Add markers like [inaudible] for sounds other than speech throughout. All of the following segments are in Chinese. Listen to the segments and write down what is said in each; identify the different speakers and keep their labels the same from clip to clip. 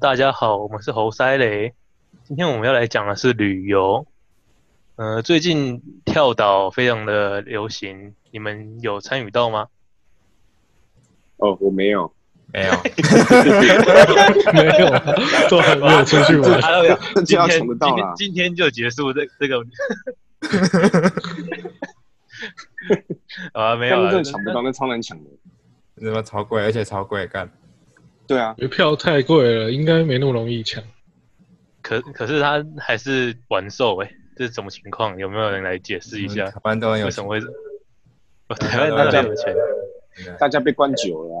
Speaker 1: 大家好，我们是猴塞雷。今天我们要来讲的是旅游。呃，最近跳岛非常的流行，你们有参与到吗？
Speaker 2: 哦，我没有，
Speaker 3: 没有，
Speaker 4: 没有，都还没有出去玩。
Speaker 2: [laughs] 这
Speaker 1: 今
Speaker 2: 要
Speaker 1: 天
Speaker 2: 抢得到
Speaker 1: 啊今
Speaker 2: 啦
Speaker 1: 天！今天就结束这这个。啊，没
Speaker 2: 没
Speaker 1: 有了。
Speaker 2: 真的抢不到，那超难抢的。
Speaker 3: 他妈超贵，而且超贵，干
Speaker 2: 对啊，
Speaker 4: 因为票太贵了，应该没那么容易抢。
Speaker 1: 可可是他还是完售哎、这是什么情况？有没有人来解释一下？
Speaker 3: 台湾都很有
Speaker 1: 为
Speaker 3: 钱
Speaker 1: 什么会？哦台湾真的很有钱。
Speaker 2: 大家被关久了啊、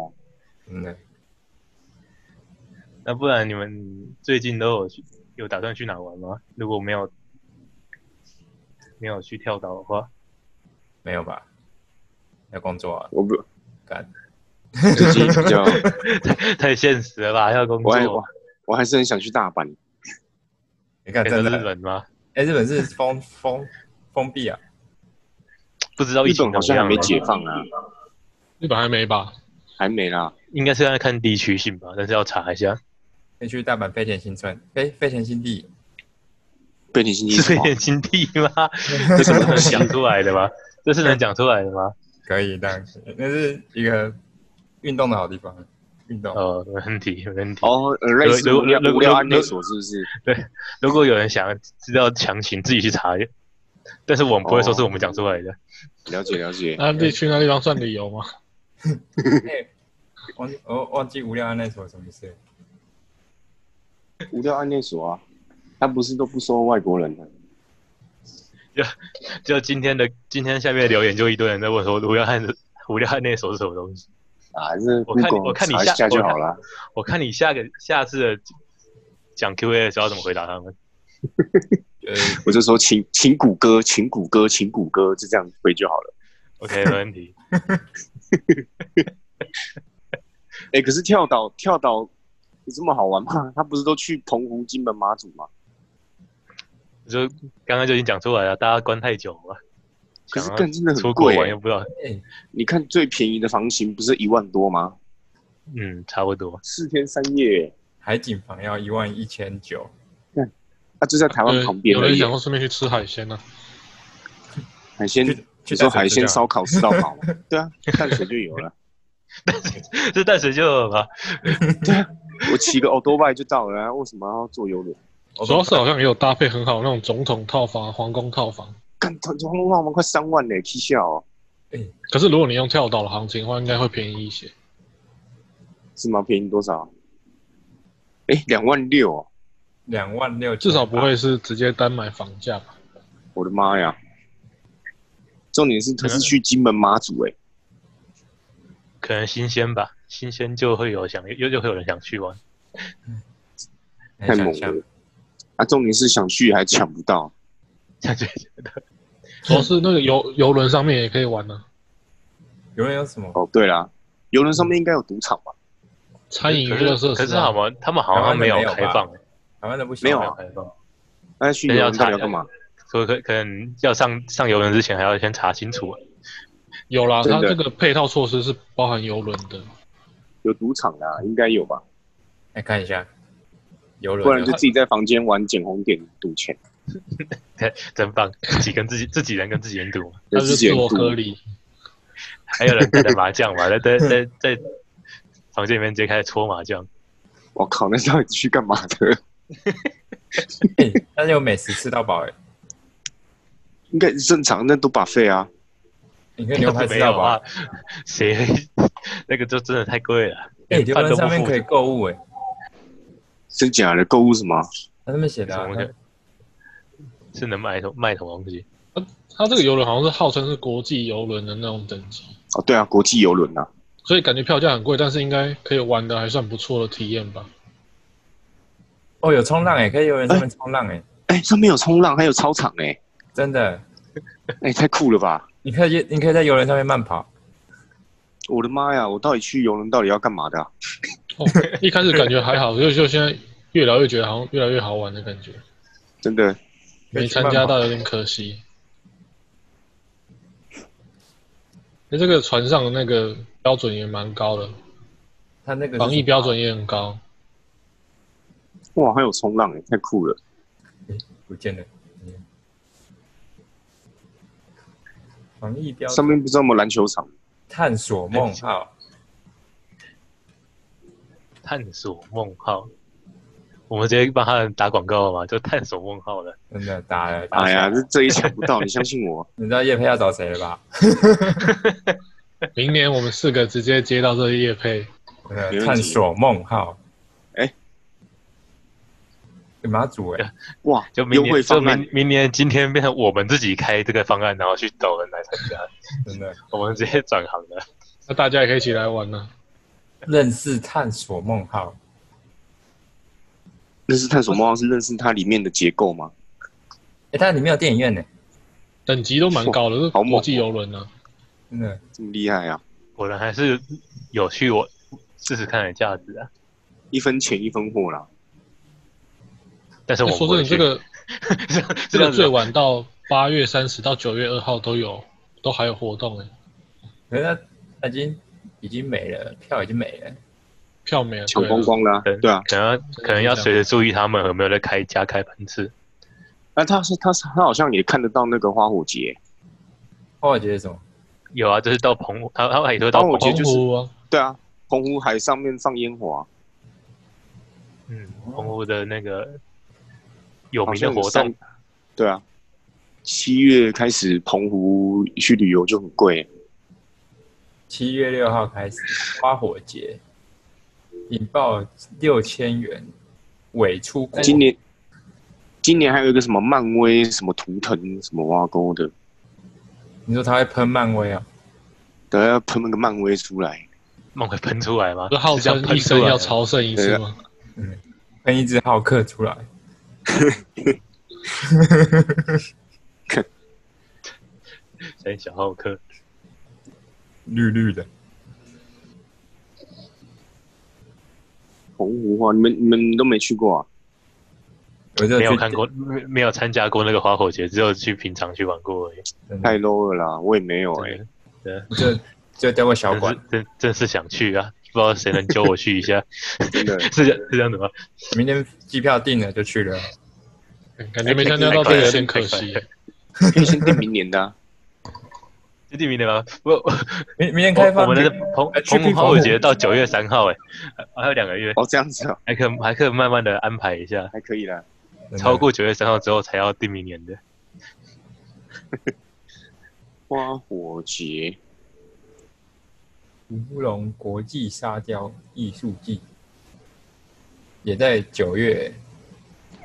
Speaker 3: 嗯，
Speaker 1: 那不然你们最近都有去有打算去哪玩吗？如果没有没有去跳岛的话， [laughs]
Speaker 3: 没有吧？要工作啊，
Speaker 2: 我不
Speaker 1: [laughs]
Speaker 3: 干
Speaker 2: 最近比较，
Speaker 1: 太现实了吧？还要工
Speaker 2: 我还
Speaker 1: 作
Speaker 2: 我，我还是很想去大阪。
Speaker 3: 你看
Speaker 1: 改成
Speaker 3: 真
Speaker 1: 日
Speaker 3: 的，
Speaker 1: 本吗？
Speaker 3: 哎，日本是封封封闭啊，
Speaker 1: 不知道疫
Speaker 2: 日
Speaker 1: 情
Speaker 2: 本
Speaker 1: 怎
Speaker 2: 好
Speaker 1: 么
Speaker 2: 像还
Speaker 1: 样
Speaker 2: 没
Speaker 1: 啊，
Speaker 2: 解放啊，
Speaker 4: 日本还没吧？
Speaker 2: 还没啦。
Speaker 1: 应该是要看地区性吧，但是要查一下。
Speaker 3: 可以去大阪飞田新村，飞飞田新地，
Speaker 2: 被你心情
Speaker 1: 是
Speaker 2: 不
Speaker 1: 飞
Speaker 2: 好，
Speaker 1: 天新地
Speaker 2: [laughs]
Speaker 1: 吗？这是能讲出来的吗？这是能讲出来的吗？
Speaker 3: 可以当然，那是一个运动的好地方，运动。
Speaker 1: 哦，没问题，没问题。
Speaker 2: 哦，呃类似
Speaker 1: 如
Speaker 2: 无聊
Speaker 1: 如
Speaker 2: 无聊
Speaker 1: 如
Speaker 2: 案内所是不是？
Speaker 1: 如果有人想知道详情，自己去查。但是我们不会说是我们讲出来的。
Speaker 2: 了解了
Speaker 1: [laughs]
Speaker 2: 解。
Speaker 4: 那地啊去那地方算旅游吗？
Speaker 3: 哎，忘记我忘记无聊安那所什么事，
Speaker 2: 无聊案内所啊，他不是都不收外国人的？
Speaker 1: 就今天的今天下面留言，就一堆人在问说无聊汉 [laughs] 无聊汉那首是什么东西。
Speaker 2: 啊，还是
Speaker 1: 我看你
Speaker 2: Google
Speaker 1: 我看你
Speaker 2: 查一
Speaker 1: 下
Speaker 2: 下就
Speaker 1: 我看
Speaker 2: 好了。
Speaker 1: 我看你下个下次的讲 Q&A 的时候要怎么回答他们。
Speaker 3: 就是
Speaker 2: 我就说请请谷歌，请谷歌，请谷歌，就这样回就好了。
Speaker 1: OK，没问题。
Speaker 2: 哎、可是跳岛跳岛有这么好玩吗？ [laughs] 他不是都去澎湖、金门、马祖吗？
Speaker 1: 就刚刚就已经讲出来了，大家关太久啊了，
Speaker 2: 可是
Speaker 1: 想要
Speaker 2: 干真的
Speaker 1: 出
Speaker 2: 很
Speaker 1: 国
Speaker 2: 贵、
Speaker 1: 玩
Speaker 2: 欸
Speaker 1: 又。不知道。
Speaker 3: 哎
Speaker 2: 你看最便宜的房型不是一万多吗？
Speaker 1: 嗯，差不多。
Speaker 2: 四天三夜、欸
Speaker 3: 海景房要一万一千九，
Speaker 2: 那、啊就在台湾
Speaker 4: 对
Speaker 2: 旁边
Speaker 4: 有
Speaker 2: 而
Speaker 4: 人
Speaker 2: 已
Speaker 4: 想。说顺便去吃海鲜啊呢、
Speaker 2: 海鲜，
Speaker 3: 去
Speaker 2: 你
Speaker 3: 去
Speaker 2: 说
Speaker 3: 淡水
Speaker 2: 海
Speaker 3: 吃
Speaker 2: 鲜
Speaker 3: 掉
Speaker 2: 烧烤吃到饱吗？
Speaker 4: [laughs]
Speaker 2: 对啊，淡水就有了。
Speaker 1: 这淡水就啊有吧？
Speaker 2: 我骑个 o d o b i 就到了、啊，为什么要坐游轮？
Speaker 3: 我
Speaker 4: 主要是好像也有搭配很好那种总统套房、皇宫套房。
Speaker 2: 干，团团让我们快三万嘞、欸，气笑、哦，
Speaker 4: 可是如果你用跳岛的行情的话，应该会便宜一些。
Speaker 2: 是吗？便宜多少？啊哎、两万六、哦，
Speaker 3: 两万六，
Speaker 4: 至少不会是直接单买房价吧？
Speaker 2: 我的妈呀！重点是他是去金门马祖哎、
Speaker 1: 可能新鲜吧，新鲜就会有想又又会有人想去玩。
Speaker 3: 很
Speaker 2: 太
Speaker 3: 哎想
Speaker 2: 猛
Speaker 3: 象
Speaker 2: 了。啊，重点是想去还抢不到，
Speaker 1: 想去
Speaker 4: 主要是那个游游轮上面也可以玩啊呢、
Speaker 3: 有人有什么？
Speaker 2: 哦，对啦，游轮上面应该有赌场吧？
Speaker 4: 餐饮娱乐设施、
Speaker 1: 可
Speaker 4: 啊
Speaker 1: 是好吗？他们好像没有开放，
Speaker 3: 台湾的不行，
Speaker 2: 没有
Speaker 1: 没
Speaker 2: 啊
Speaker 1: 有开放。
Speaker 2: 那去游轮到底要干嘛？
Speaker 1: 所以可可能要上上游轮之前还要先查清楚。啊
Speaker 4: 有啦，
Speaker 2: 真
Speaker 4: 它
Speaker 2: 的
Speaker 4: 这个配套措施是包含游轮的。
Speaker 2: 有赌场啦，应该有吧？
Speaker 3: 来哎看一下，游轮，
Speaker 2: 不然就自己在房间玩捡红点赌钱，
Speaker 1: 真棒，自己跟自己自己人跟自己人赌，
Speaker 4: 它
Speaker 2: 自
Speaker 4: 是
Speaker 2: 己
Speaker 4: 自
Speaker 2: 人
Speaker 4: 我
Speaker 2: 赌。
Speaker 4: 隔离，
Speaker 1: 还有人在打麻将
Speaker 3: [laughs]
Speaker 1: 嘛，在在在在房间里面直接开始搓麻将，
Speaker 2: 我靠，那到底去干嘛的？ [laughs]
Speaker 3: 哎但是有美食吃到饱哎，
Speaker 2: 应该正常，那都把费啊。
Speaker 3: [laughs] 你可以牛排吃到饱
Speaker 1: 啊，，谁 [laughs] 会那个就真的太贵了，
Speaker 3: 哎，
Speaker 4: 啊
Speaker 1: 连
Speaker 3: 游
Speaker 1: 饭
Speaker 3: 轮
Speaker 1: 都不
Speaker 3: 上面
Speaker 1: 付
Speaker 3: 可以，购物哎，
Speaker 2: 真假的购物什么？
Speaker 3: 它上面写的啊
Speaker 1: 什么东西是能买什么卖什么东西？
Speaker 4: 它这个游轮好像是号称是国际游轮的那种等级，
Speaker 2: 哦，对啊，国际游轮呐。
Speaker 4: 所以感觉票价很贵，但是应该可以玩的还算不错的体验吧。
Speaker 3: 哦，有冲浪哎，可以游轮上面冲浪哎，
Speaker 2: 哎，上面有冲浪，还有操场哎，
Speaker 3: 真的，
Speaker 2: 哎，太酷了吧！
Speaker 3: 你可以你可以在游轮上面慢跑，
Speaker 2: 我的妈呀，我到底去游轮到底要干嘛的啊、
Speaker 4: 哦，一开始感觉还好，就就现在越聊越觉得好像越来越好玩的感觉。
Speaker 2: 真的，
Speaker 4: 没参加到有点可惜。那这个船上的那个标准也蛮高的，
Speaker 3: 它那个是
Speaker 4: 防疫标准也很高。
Speaker 2: 哇，还有冲浪哎，太酷了！
Speaker 3: 不见了。嗯防疫标
Speaker 2: 上面不知道有没有篮球场？
Speaker 3: 探索
Speaker 4: 哎
Speaker 3: 梦号，
Speaker 1: 探索梦号，我们直接帮他打广告嘛，就探索梦号了。
Speaker 3: 真的打了。打啊
Speaker 2: 哎呀，
Speaker 3: 起来
Speaker 2: 这这一想不到，你相信我？
Speaker 3: 你知道叶佩要找谁了吧？
Speaker 4: 明年我们四个直接接到这个业配，
Speaker 3: 真的
Speaker 2: 没问题
Speaker 3: 探索梦号。
Speaker 2: 哎
Speaker 3: 欸马祖哎，
Speaker 2: 哇，
Speaker 1: 就明
Speaker 2: 优惠
Speaker 1: 年，就
Speaker 2: 方案
Speaker 1: 明明年今天变成我们自己开这个方案，然后去找人来参加，
Speaker 3: 真的
Speaker 1: 我们直接转行了。
Speaker 4: 那大家也可以一起来玩啊呢、
Speaker 3: 认识探索梦号，
Speaker 2: 认识
Speaker 1: 哦
Speaker 2: 探索猫是认识它里面的结构吗？
Speaker 3: 哎，它里面有电影院呢，
Speaker 4: 等级都蛮高的，都是
Speaker 2: 好猛
Speaker 4: 国际游轮啊呢。
Speaker 3: 真的
Speaker 2: 这么厉害啊！
Speaker 1: 果然还是有去我试试看的价值啊。
Speaker 2: 一分钱一分货啦。
Speaker 1: 但是我
Speaker 4: 哎说
Speaker 1: 不
Speaker 4: 真的，
Speaker 1: 会
Speaker 4: 这
Speaker 1: 去，啊
Speaker 4: 个
Speaker 1: 这 [laughs]
Speaker 4: 这
Speaker 1: 样
Speaker 4: 个
Speaker 1: 子
Speaker 4: 最晚到八月三十到九月二号都有，都还有活动哎、
Speaker 3: 可是它它已经已经没了，票已经没了，
Speaker 4: 票没了，
Speaker 2: 抢
Speaker 4: 对
Speaker 2: 光光啦、
Speaker 1: 对
Speaker 2: 对啊。
Speaker 1: 可能要
Speaker 4: 的
Speaker 1: 可能要
Speaker 4: 是这
Speaker 1: 随
Speaker 4: 样
Speaker 1: 着注意他们有没有在开加开喷次。
Speaker 2: 那他是他是他好像也看得到那个花火节，
Speaker 3: 后来觉得什么？
Speaker 1: 有啊，就是到澎湖，他他也会到
Speaker 2: 哦
Speaker 1: 澎
Speaker 2: 我
Speaker 1: 湖
Speaker 2: 觉得
Speaker 4: 澎
Speaker 2: 就是
Speaker 4: 湖啊，
Speaker 2: 对啊，澎湖海上面放烟火啊，
Speaker 1: 嗯，澎湖的那个有
Speaker 2: 好
Speaker 1: 名
Speaker 2: 像
Speaker 1: 的
Speaker 2: 有
Speaker 1: 活
Speaker 2: 上
Speaker 1: 动，
Speaker 2: 对啊。七月开始澎湖去旅游就很贵，
Speaker 3: 七月六号开始花火节，引爆六千元伪出
Speaker 1: 哎
Speaker 3: 国，
Speaker 2: 今年今年还有一个什么漫威什么图腾什么挖沟的，
Speaker 3: 你说他会喷漫威啊？
Speaker 2: 等下要喷那个漫威出来，
Speaker 1: 梦会喷出来吗？
Speaker 4: 不是号
Speaker 1: 是这样
Speaker 4: 称
Speaker 1: 喷
Speaker 4: 一
Speaker 1: 出
Speaker 4: 生
Speaker 1: 来
Speaker 4: 要
Speaker 1: 的，
Speaker 4: 朝圣一次吗？
Speaker 3: 喷一只浩克出来，
Speaker 1: 谁小浩克？
Speaker 3: 绿绿的，
Speaker 2: 澎湖啊，你们你们都没去过啊？
Speaker 3: 我就
Speaker 1: 没有看，过，没没有参加过那个花火节，只有去平常去玩过而已。
Speaker 3: 真
Speaker 2: 太
Speaker 3: 的
Speaker 2: low 了啦，我也没有哎、
Speaker 1: 对
Speaker 3: 就就掉过小
Speaker 1: 真
Speaker 3: 馆
Speaker 1: 是。真真是想去啊！不知道谁能揪我去一下， [laughs]
Speaker 2: 真的。
Speaker 1: 是这样是这样子吗？
Speaker 3: 明天机票订了就去了，
Speaker 4: 感觉没参加到这个有点可惜。
Speaker 2: 可以先定明年的、啊，
Speaker 1: 最近明年吗？我我
Speaker 3: 明明天
Speaker 1: [laughs]
Speaker 3: 开
Speaker 1: 我
Speaker 3: 放
Speaker 1: 们的
Speaker 3: 订
Speaker 1: 澎
Speaker 3: 哎去
Speaker 1: 澎湖
Speaker 3: 冰
Speaker 1: 花
Speaker 3: 火
Speaker 1: 火节到九月三号，哎，还还有两个月，
Speaker 2: 哦，这样子啊，
Speaker 1: 还可以还可以慢慢的安排一下，
Speaker 2: 还可以啦。
Speaker 3: 真的
Speaker 1: 超过九月三号之后才要定明年的。
Speaker 2: 花火节，
Speaker 3: 乌龙国际沙雕艺术季，也在九月，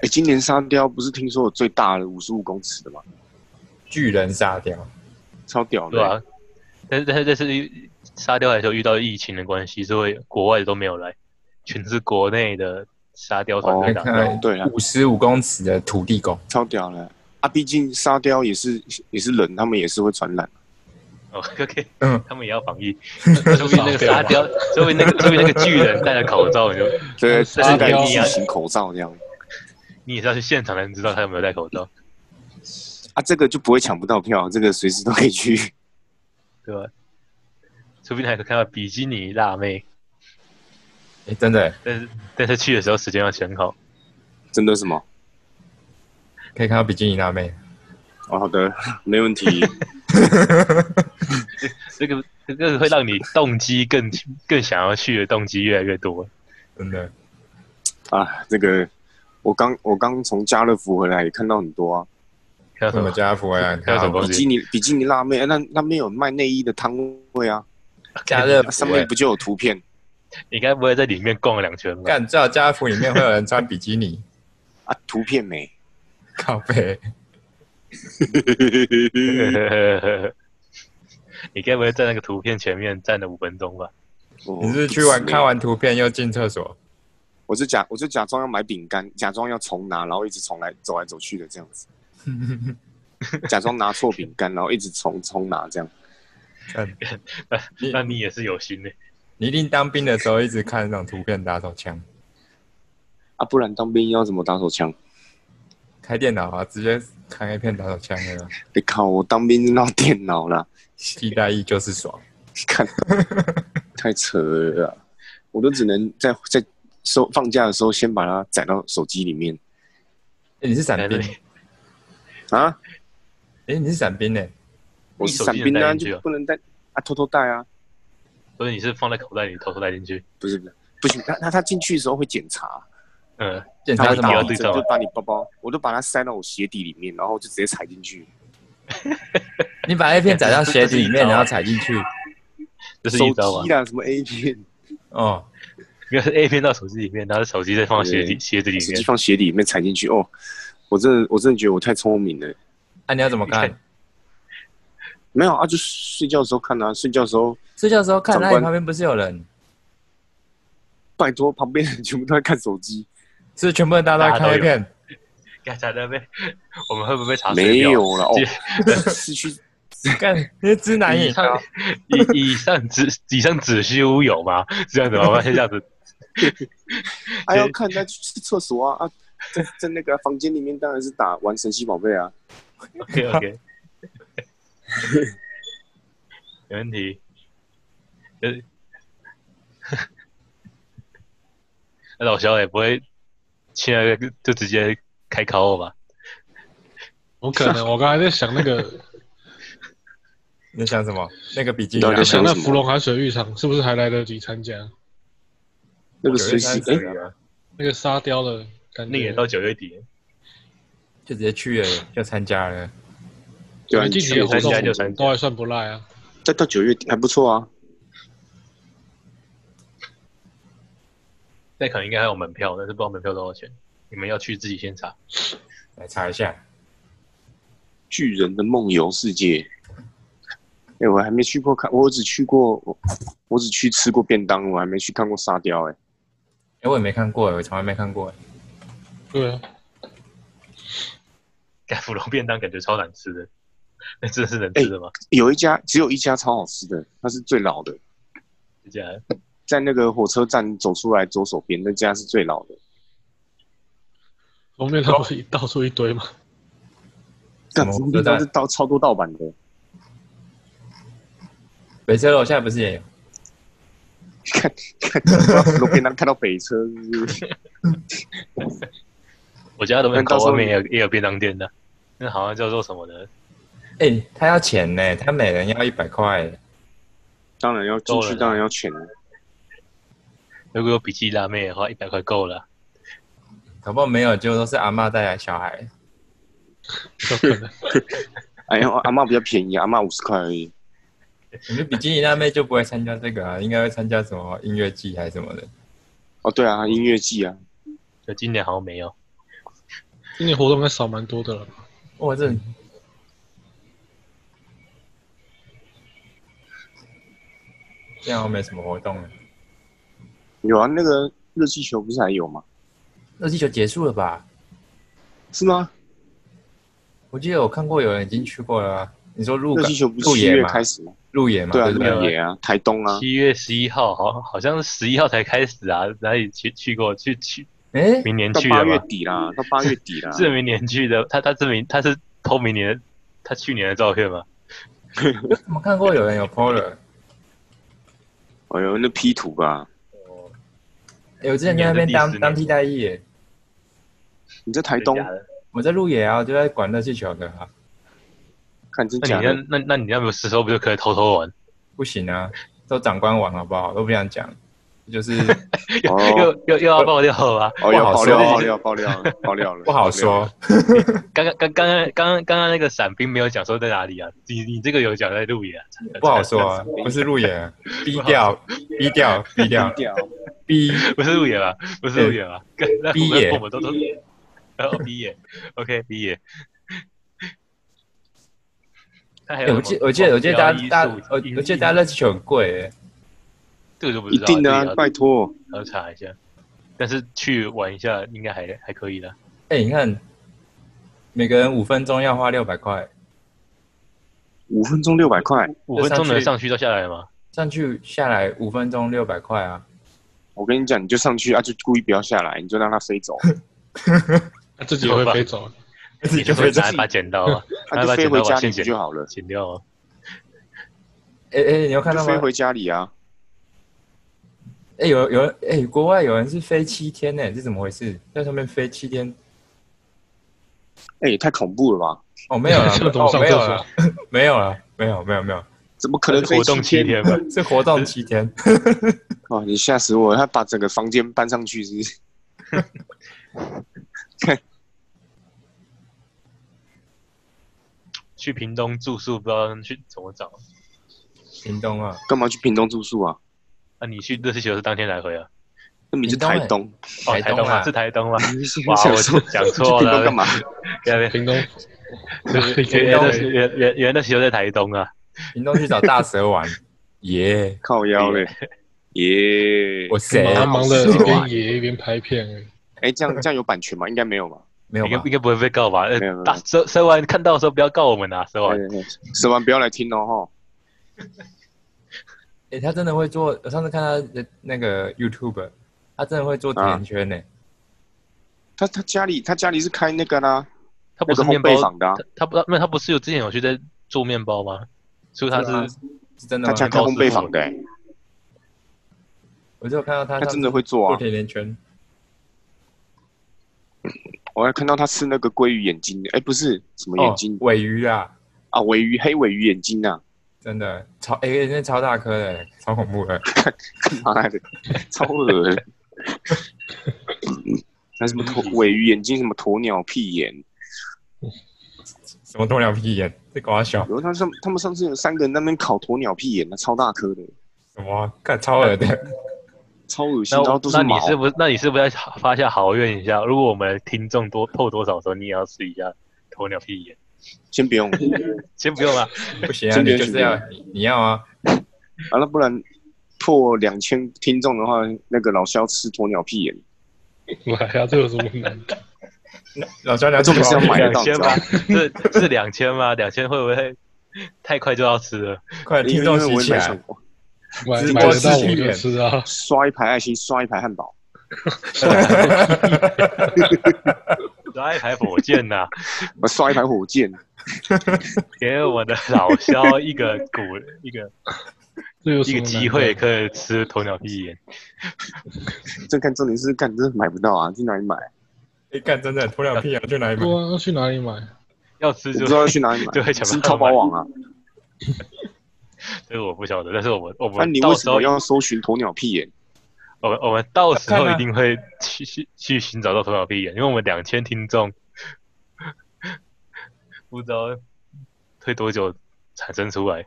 Speaker 2: 哎、今年沙雕不是听说有最大的五十五公尺的吗？
Speaker 3: 巨人沙雕，
Speaker 2: 超屌的、
Speaker 1: 对啊，但是但是这是沙雕来说遇到疫情的关系，所以国外的都没有来，全是国内的沙雕团队
Speaker 3: 看
Speaker 1: 打。
Speaker 3: 看
Speaker 2: 对啊
Speaker 3: 五十五公尺的土地公，
Speaker 2: 超屌的啊！毕竟沙雕也是也是人，他们也是会传染。
Speaker 1: 哦，OK，
Speaker 3: 嗯
Speaker 1: 他们也要防疫，[laughs]
Speaker 4: 那
Speaker 1: 说不定那个沙雕，说不定 [laughs] 那个说不定那个巨人戴了口罩，你就
Speaker 2: 对，
Speaker 1: 嗯沙
Speaker 2: 戴
Speaker 4: 雕
Speaker 2: 巨型口罩这样
Speaker 1: 你也是要去现场才能知道他有没有戴口罩，
Speaker 2: 啊，这个就不会抢不到票，这个随时都可以去。 [laughs]
Speaker 1: 对吧？说不定还可以看到比基尼辣妹，
Speaker 3: 哎、真的
Speaker 1: 但是但是去的时候时间要选好。
Speaker 2: 真的什么？
Speaker 3: 可以看到比基尼辣妹，
Speaker 2: 哦，好的，没问
Speaker 1: [laughs]
Speaker 2: 题。
Speaker 1: 这个这个会让你动机更更想要去的动机越来越多。
Speaker 3: 真的，
Speaker 2: 啊，这个我刚我刚从家乐福回来，也看到很多啊，
Speaker 1: 看到
Speaker 3: 什
Speaker 1: 什
Speaker 3: 么
Speaker 1: 么？
Speaker 3: 家福啊，
Speaker 1: 还有什么
Speaker 2: 比基尼比基尼辣妹，哎那那边有卖内衣的摊位啊，
Speaker 3: 家乐
Speaker 2: 啊
Speaker 3: 福、
Speaker 2: 上面不就有图片？
Speaker 1: 你该不会在里面逛了两圈吧？
Speaker 3: 干，知道家福里面会有人穿比基尼，
Speaker 2: 啊，图片没。
Speaker 3: 靠
Speaker 1: [laughs]
Speaker 3: 背，
Speaker 1: [laughs] 你该不会在那个图片前面站了五分钟吧？
Speaker 2: 我
Speaker 3: 你是去玩看？
Speaker 2: 没有
Speaker 3: 完图片又进厕所，
Speaker 2: 我就假，我就假装要买饼干，假装要重拿，然后一直重来走来走去的这样子，
Speaker 3: [laughs]
Speaker 2: 假装拿错饼干，然后一直重重拿这样。
Speaker 3: 干你
Speaker 1: 那你也是有心的、
Speaker 3: 你一定当兵的时候一直看那种图片打手枪，
Speaker 2: 啊，不然当兵要怎么打手枪？
Speaker 3: 开电脑啊，直接看 A 片打手枪
Speaker 1: [laughs]
Speaker 3: 了啊，
Speaker 2: 你、靠，我当兵闹电脑啦， [laughs]
Speaker 3: 替代役就是爽。
Speaker 2: 看，太扯了啦，我都只能在在收放假的时候先把它载到手机里面
Speaker 3: 哎你是伞兵
Speaker 1: 对，
Speaker 2: 啊。
Speaker 3: 哎，你是伞兵呢？
Speaker 2: 我
Speaker 1: 你
Speaker 2: 是
Speaker 1: 手
Speaker 2: 伞
Speaker 1: 机能
Speaker 2: 兵
Speaker 1: 带
Speaker 2: 啊，
Speaker 1: 进去
Speaker 2: 就
Speaker 1: 哦
Speaker 2: 不能带啊，偷偷带啊，
Speaker 1: 所以你是放在口袋里偷偷带进去，
Speaker 2: 不是不是不行，他他他进去的时候会检查，
Speaker 1: 嗯，
Speaker 3: 检
Speaker 2: 他
Speaker 3: 查
Speaker 2: 会
Speaker 3: 什
Speaker 1: 你
Speaker 2: 打
Speaker 1: 要
Speaker 2: 地
Speaker 1: 对
Speaker 3: 么？
Speaker 2: 震，
Speaker 1: 照
Speaker 2: 就
Speaker 1: 啊
Speaker 2: 把你包包，我都把它塞到我鞋底里面，然后就直接踩进去，
Speaker 3: 你把 A 片载到鞋子里
Speaker 2: [laughs]
Speaker 3: 面，然后踩进去。
Speaker 1: 这是
Speaker 2: 手
Speaker 1: 一招啊吧
Speaker 2: 机？啊啦，什么 A 片，
Speaker 3: 哦，
Speaker 1: 应该是 A 片到手机里面，然后手机再放鞋
Speaker 2: 对
Speaker 1: 底鞋子里
Speaker 2: 手
Speaker 1: 面
Speaker 2: [laughs] 机。放鞋底里面踩进去，哦，我真的我真的觉得我太聪明了。
Speaker 3: 那啊你要怎么
Speaker 2: [laughs]
Speaker 3: 看？
Speaker 2: 没有啊，就睡觉的时候看啊，睡觉的时候，
Speaker 3: 睡觉的时候看，
Speaker 2: 长
Speaker 3: 那
Speaker 2: 官
Speaker 3: 你旁边不是有人？
Speaker 2: 拜托，旁边人全部都在看手机，
Speaker 3: 是全部人大家都在看 A 片， [laughs]
Speaker 1: 刚才那边， [laughs] 我们会不会被查啊水
Speaker 2: 没
Speaker 1: 表？
Speaker 2: 有了哦
Speaker 1: 这，[laughs]
Speaker 2: 失去
Speaker 3: 看你是知难
Speaker 2: [laughs]
Speaker 1: 以
Speaker 3: 以
Speaker 1: 上
Speaker 3: 高。
Speaker 1: 以以上子以上子虚乌有吗？ [laughs] 这样子吗？我发现这样子，
Speaker 2: 还要哎看他去厕所啊啊，在在那个房间里面当然是打玩神奇宝贝啊，
Speaker 1: OK OK，没问题。呃， [laughs] 那老肖也不会现在就直接开考我吧？
Speaker 4: 我可能我刚才在想那个，
Speaker 3: 你在想什么？那个比基尼
Speaker 2: 到
Speaker 3: 啊
Speaker 2: 底
Speaker 4: 在
Speaker 2: 想
Speaker 4: 想
Speaker 2: 什
Speaker 4: 那
Speaker 2: 么
Speaker 4: 芙蓉海水浴场是不是还来得及参加
Speaker 2: 那个
Speaker 3: 九月
Speaker 2: 水洗
Speaker 3: 三十
Speaker 2: 哎、
Speaker 3: 啊
Speaker 4: 那个沙雕的感
Speaker 1: 那
Speaker 4: 觉
Speaker 1: 也？到九月底，
Speaker 3: 就直接去了，就参加了。
Speaker 2: 对啊，
Speaker 4: 季节活
Speaker 1: 参加就参
Speaker 4: 动
Speaker 1: 加
Speaker 4: 都还算不赖啊。
Speaker 2: 再到九月底还不错啊，
Speaker 1: 那可能应该还有门票，但是不知道门票多少钱。你们要去自己先查。
Speaker 3: 来查一下，
Speaker 2: 巨人的梦游世界。哎、我还没去过看，我只去过，我我只去吃过便当，我还没去看过沙雕、哎，
Speaker 3: 哎，我也没看过，我从来没看过。
Speaker 4: 对啊，
Speaker 1: 盖芙蓉便当感觉超难吃的，那真的是能吃的吗？
Speaker 2: 有一家只有一家超好吃的，它是最老的，
Speaker 1: 这家
Speaker 2: 在那个火车站走出来左手边那家是最老的。
Speaker 4: 封面它不是到处一堆嘛？
Speaker 3: 什
Speaker 2: 干
Speaker 3: 么，
Speaker 2: 什么地方是盗超多盗版的？
Speaker 3: 北车楼下不是也有？
Speaker 2: 看看，路边摊看到北车是不是 [laughs]
Speaker 1: 我家的门
Speaker 2: 那到
Speaker 1: 口
Speaker 2: 时候
Speaker 1: 外面也有也有便当店的，那好像叫做什么的，
Speaker 3: 哎、他要钱呢，他每人要一百块。
Speaker 2: 当然要进
Speaker 1: 够了
Speaker 2: 去，
Speaker 1: 啦
Speaker 2: 当然要钱。
Speaker 1: 如果有比基拉面的话，一百块够了。
Speaker 3: 搞不好没有，就都是阿嬷带来小孩。
Speaker 4: 有可能。
Speaker 2: 哎呀，阿妈比较便宜，阿妈五十块而已。
Speaker 3: 你们比基尼辣妹就不会参加这个啊，应该会参加什么音乐季还是什么的。
Speaker 2: 哦，对啊，音乐季啊，
Speaker 1: 就今年好像没有，
Speaker 4: 今年活动应该少蛮多的了。
Speaker 3: 哇，哦这这样没什么活动了。
Speaker 2: 有啊，那个热气球不是还有吗？
Speaker 3: 热气球结束了吧？
Speaker 2: 是吗？
Speaker 3: 我记得我看过有人已经去过了、啊。你说鹿
Speaker 2: 热
Speaker 3: 港
Speaker 2: 气球不是
Speaker 3: 鹿
Speaker 2: 七
Speaker 3: 野
Speaker 2: 月
Speaker 3: 嘛？
Speaker 2: 开始吗？
Speaker 3: 鹿野嘛？
Speaker 2: 对啊，
Speaker 3: 不
Speaker 1: 对
Speaker 2: 鹿野啊，台东啊，
Speaker 1: 七月十一号好好像是十一号才开始啊，哪里去去过？去去
Speaker 3: 哎、
Speaker 1: 明年
Speaker 2: 到
Speaker 1: 去
Speaker 2: 八
Speaker 1: 的
Speaker 2: 月
Speaker 1: 吗？
Speaker 2: 底啊啦，到八月底啦。
Speaker 1: [laughs] 是明年去的，他他是明他是偷明年的他去年的照片吗？
Speaker 3: 怎么看过有人有 PO 了？
Speaker 2: 哎呦，那 P 图吧，
Speaker 3: 哎、我之前在那边当当替代役耶，
Speaker 2: 你在台东
Speaker 1: 真的假的
Speaker 3: 我在鹿野啊，我就在管热气球的、啊，
Speaker 2: 看真
Speaker 1: 那
Speaker 2: 假
Speaker 1: 你
Speaker 2: 的？哦
Speaker 1: 那那那你那有时候不就可以偷偷玩？
Speaker 3: 不行啊，都长官网好不好？都不想讲，
Speaker 2: [laughs]
Speaker 3: 就是。
Speaker 2: 哦
Speaker 1: [laughs] 又又又要爆料啊了吧？
Speaker 2: 哦，要
Speaker 3: 不好
Speaker 2: 爆
Speaker 3: 说
Speaker 2: 料，爆料，爆料，爆料
Speaker 1: [laughs]
Speaker 2: 了，
Speaker 3: 不
Speaker 2: 爆
Speaker 3: 好
Speaker 2: 料了。
Speaker 3: 说。
Speaker 1: 刚刚刚刚刚刚刚刚那个伞兵没有讲说在哪里啊？你你这个有讲在路野啊？
Speaker 3: 不好说啊，不是
Speaker 2: [laughs]
Speaker 3: 路演，低调，低调，低调，
Speaker 2: 掉，
Speaker 3: 低
Speaker 1: [laughs] 不是路野吧？不是路野吧？干那
Speaker 3: 逼
Speaker 1: 我们
Speaker 3: 野
Speaker 1: 我们都都，然后逼野，OK 逼野。那还有
Speaker 3: 欸
Speaker 1: 什
Speaker 3: 我
Speaker 1: 么
Speaker 3: 记我记得我记得大家大家
Speaker 1: 标一数
Speaker 3: 我
Speaker 1: 一
Speaker 3: 我记得大家热气球很贵欸，
Speaker 1: 这个就不
Speaker 2: 一
Speaker 1: 知道，
Speaker 2: 定的
Speaker 1: 这
Speaker 2: 啊，
Speaker 1: 个
Speaker 2: 拜托，
Speaker 1: 要要查一下。但是去玩一下应该还还可以的，
Speaker 3: 哎，你看每个人五分钟要花六百块，
Speaker 2: 五分钟六百块，
Speaker 1: 五分钟
Speaker 3: 上
Speaker 1: 能
Speaker 3: 去
Speaker 1: 上去到下来吗？
Speaker 3: 上去下来五分钟六百块啊，
Speaker 2: 我跟你讲，你就上去啊，就故意不要下来，你就让它飞
Speaker 1: [laughs]
Speaker 2: 走，
Speaker 4: 它自己也会飞走，
Speaker 3: 自己就
Speaker 1: 会
Speaker 3: 会
Speaker 1: 拿一把剪刀
Speaker 3: [laughs]
Speaker 1: 啊，
Speaker 2: 啊，就
Speaker 1: 把
Speaker 2: 飞
Speaker 1: 剪
Speaker 2: 回
Speaker 1: 刀把
Speaker 2: 家里
Speaker 1: 线
Speaker 2: 不
Speaker 1: 剪
Speaker 2: 就好了，
Speaker 1: 剪掉啊。
Speaker 3: 哎哎，欸你有看
Speaker 2: 就
Speaker 3: 到
Speaker 2: 飞
Speaker 3: 吗？
Speaker 2: 回家里啊。
Speaker 3: 哎、有有人哎、国外有人是飞七天呢、这怎么回事？在上面飞七天？
Speaker 2: 哎、也太恐怖了吧？
Speaker 3: 哦，没有了，
Speaker 4: 这怎么
Speaker 3: 哦，
Speaker 4: 上
Speaker 3: 没
Speaker 4: 厕
Speaker 3: 有
Speaker 4: 所
Speaker 3: 了， [laughs] 没有了，没有没有没有，
Speaker 2: 怎么可能飞
Speaker 1: 活动七天吧？
Speaker 3: 是活动七天。
Speaker 2: 哦，你吓死我！他把整个房间搬上去是不是？
Speaker 1: 去屏东住宿不知道去怎么找，
Speaker 3: 屏东啊，
Speaker 2: 干嘛去屏东住宿啊？
Speaker 1: 啊，你去热气球是当天来回啊？
Speaker 2: 那明明就台东，
Speaker 1: 哦，
Speaker 3: 台
Speaker 1: 台
Speaker 3: 东啊
Speaker 1: 啊，是台东啊。哇，
Speaker 2: 想
Speaker 1: 我
Speaker 2: 说
Speaker 1: 讲
Speaker 2: 去
Speaker 1: 错
Speaker 2: 屏
Speaker 1: 了
Speaker 2: 东干，嘛？
Speaker 1: 原来
Speaker 4: 屏东，
Speaker 1: 原来是原原原来是球在台东啊，
Speaker 3: 屏东去找大蛇玩，耶！
Speaker 2: 靠
Speaker 1: [laughs]
Speaker 2: 腰嘞，耶！
Speaker 3: 我谁啊？
Speaker 4: 忙忙的
Speaker 3: 我
Speaker 4: 一
Speaker 3: 谁
Speaker 4: 边
Speaker 3: 啊
Speaker 4: 野一边拍片而已，
Speaker 2: 哎、这样这样有版权吗？应该没有吧？
Speaker 3: 没有
Speaker 1: 应该
Speaker 3: 吧
Speaker 1: 应？该不会被告吧？呃
Speaker 2: 没有没有，
Speaker 1: 大蛇蛇丸看到的时候不要告我们啊，蛇
Speaker 2: 哎
Speaker 1: 丸。
Speaker 2: 蛇丸不要来听哦吼！
Speaker 3: 哎、他真的会做，我上次看他的那个 YouTube，他真的会做甜圈呢、欸
Speaker 2: 他他家里他家里是开那个啦、
Speaker 1: 他不
Speaker 2: 那
Speaker 1: 是
Speaker 2: 个烘
Speaker 1: 面包
Speaker 2: 焙，坊的、啊
Speaker 1: 他，他不没有他不是有之前有去在做面包吗？所以他
Speaker 3: 是啊
Speaker 1: 是
Speaker 3: 是真的
Speaker 2: 他
Speaker 3: 吗？
Speaker 2: 家开烘焙坊的、欸，
Speaker 3: 我就有看到他
Speaker 2: 他
Speaker 3: 上
Speaker 2: 真
Speaker 3: 次
Speaker 2: 的会做
Speaker 3: 做
Speaker 2: 啊！
Speaker 3: 甜甜圈，
Speaker 2: 我还看到他吃那个鲑鱼眼睛，哎、不是什么
Speaker 3: 哦
Speaker 2: 眼睛、，
Speaker 3: 尾鱼啊，
Speaker 2: 啊，尾鱼黑尾鱼眼睛啊， [laughs]
Speaker 3: 真的超哎、那超大颗的，超恐怖的。 [laughs]
Speaker 2: 妈的，超恶
Speaker 1: [laughs]
Speaker 2: 的！嗯那什么鸵尾鱼眼睛，什么鸵鸟屁眼，
Speaker 3: 什么鸵鸟屁眼？这搞笑
Speaker 2: 然后他上他们上次有三个人在那边烤鸵鸟屁眼，那啊超大颗的，
Speaker 3: 什么？看超恶的，
Speaker 2: [laughs] 超恶心，
Speaker 1: 那
Speaker 2: 然后都
Speaker 1: 那
Speaker 2: 毛
Speaker 1: 你。是不是那你是不是要发下豪愿一下？如果我们听众多透多少的时候，你也要吃一下鸵鸟屁眼？
Speaker 2: 先不用，
Speaker 1: 先不用啊，
Speaker 3: 不行啊！
Speaker 2: 真的
Speaker 3: 你就是要你你要啊！
Speaker 2: 完了不然破两千听众的话，那个老肖吃鸵鸟屁眼，
Speaker 1: [laughs]
Speaker 4: 来啊，这有什么难？
Speaker 3: 老肖聊
Speaker 2: 这不是要买
Speaker 1: 两
Speaker 2: 得到，你
Speaker 1: 千
Speaker 2: 知道
Speaker 1: 吗
Speaker 2: 吗？？
Speaker 1: 是是两千吗？两千会不会太快就要吃了？
Speaker 3: 快
Speaker 2: 因
Speaker 3: 听
Speaker 2: 为
Speaker 3: 众
Speaker 2: 因为我
Speaker 3: 洗
Speaker 2: 也
Speaker 3: 起
Speaker 2: 没想
Speaker 3: 来！
Speaker 2: 过，
Speaker 4: 买
Speaker 3: 直播
Speaker 4: 买得到
Speaker 3: 视
Speaker 4: 我
Speaker 3: 讯
Speaker 4: 就
Speaker 3: 员
Speaker 4: 吃啊，
Speaker 2: 刷一排爱心，刷一排汉堡，
Speaker 1: 抓一排火箭呐、
Speaker 2: 我刷一排火箭，
Speaker 1: 给我的老肖一个鼓一个
Speaker 4: [laughs] 这有什
Speaker 1: 一
Speaker 4: 么
Speaker 1: 个
Speaker 4: 难
Speaker 1: 机会可以吃鸵鸟屁眼。
Speaker 2: 这看重点是干真的买不到啊，去哪
Speaker 1: [laughs]
Speaker 2: 里买？
Speaker 3: 哎，干真的鸵鸟屁眼去哪里买
Speaker 4: 对？啊，要去哪里买？
Speaker 1: 要吃
Speaker 2: 我
Speaker 1: 就
Speaker 2: 不知道要去哪里
Speaker 1: 就
Speaker 2: 买，
Speaker 1: 会想
Speaker 2: 是
Speaker 1: 办法
Speaker 2: 淘宝网啊。
Speaker 1: 这个我不晓得，但是我们我
Speaker 2: 那
Speaker 1: 们
Speaker 2: 你
Speaker 1: 到
Speaker 2: 为
Speaker 1: 时
Speaker 2: 什
Speaker 1: 候
Speaker 2: 么要搜寻鸵鸟屁眼？
Speaker 1: 我们我们到时
Speaker 3: 看
Speaker 1: 候
Speaker 3: 啊
Speaker 1: 一定会去去去寻找到鸵鸟屁眼，因为我们两千听众不知道会多久产生出来。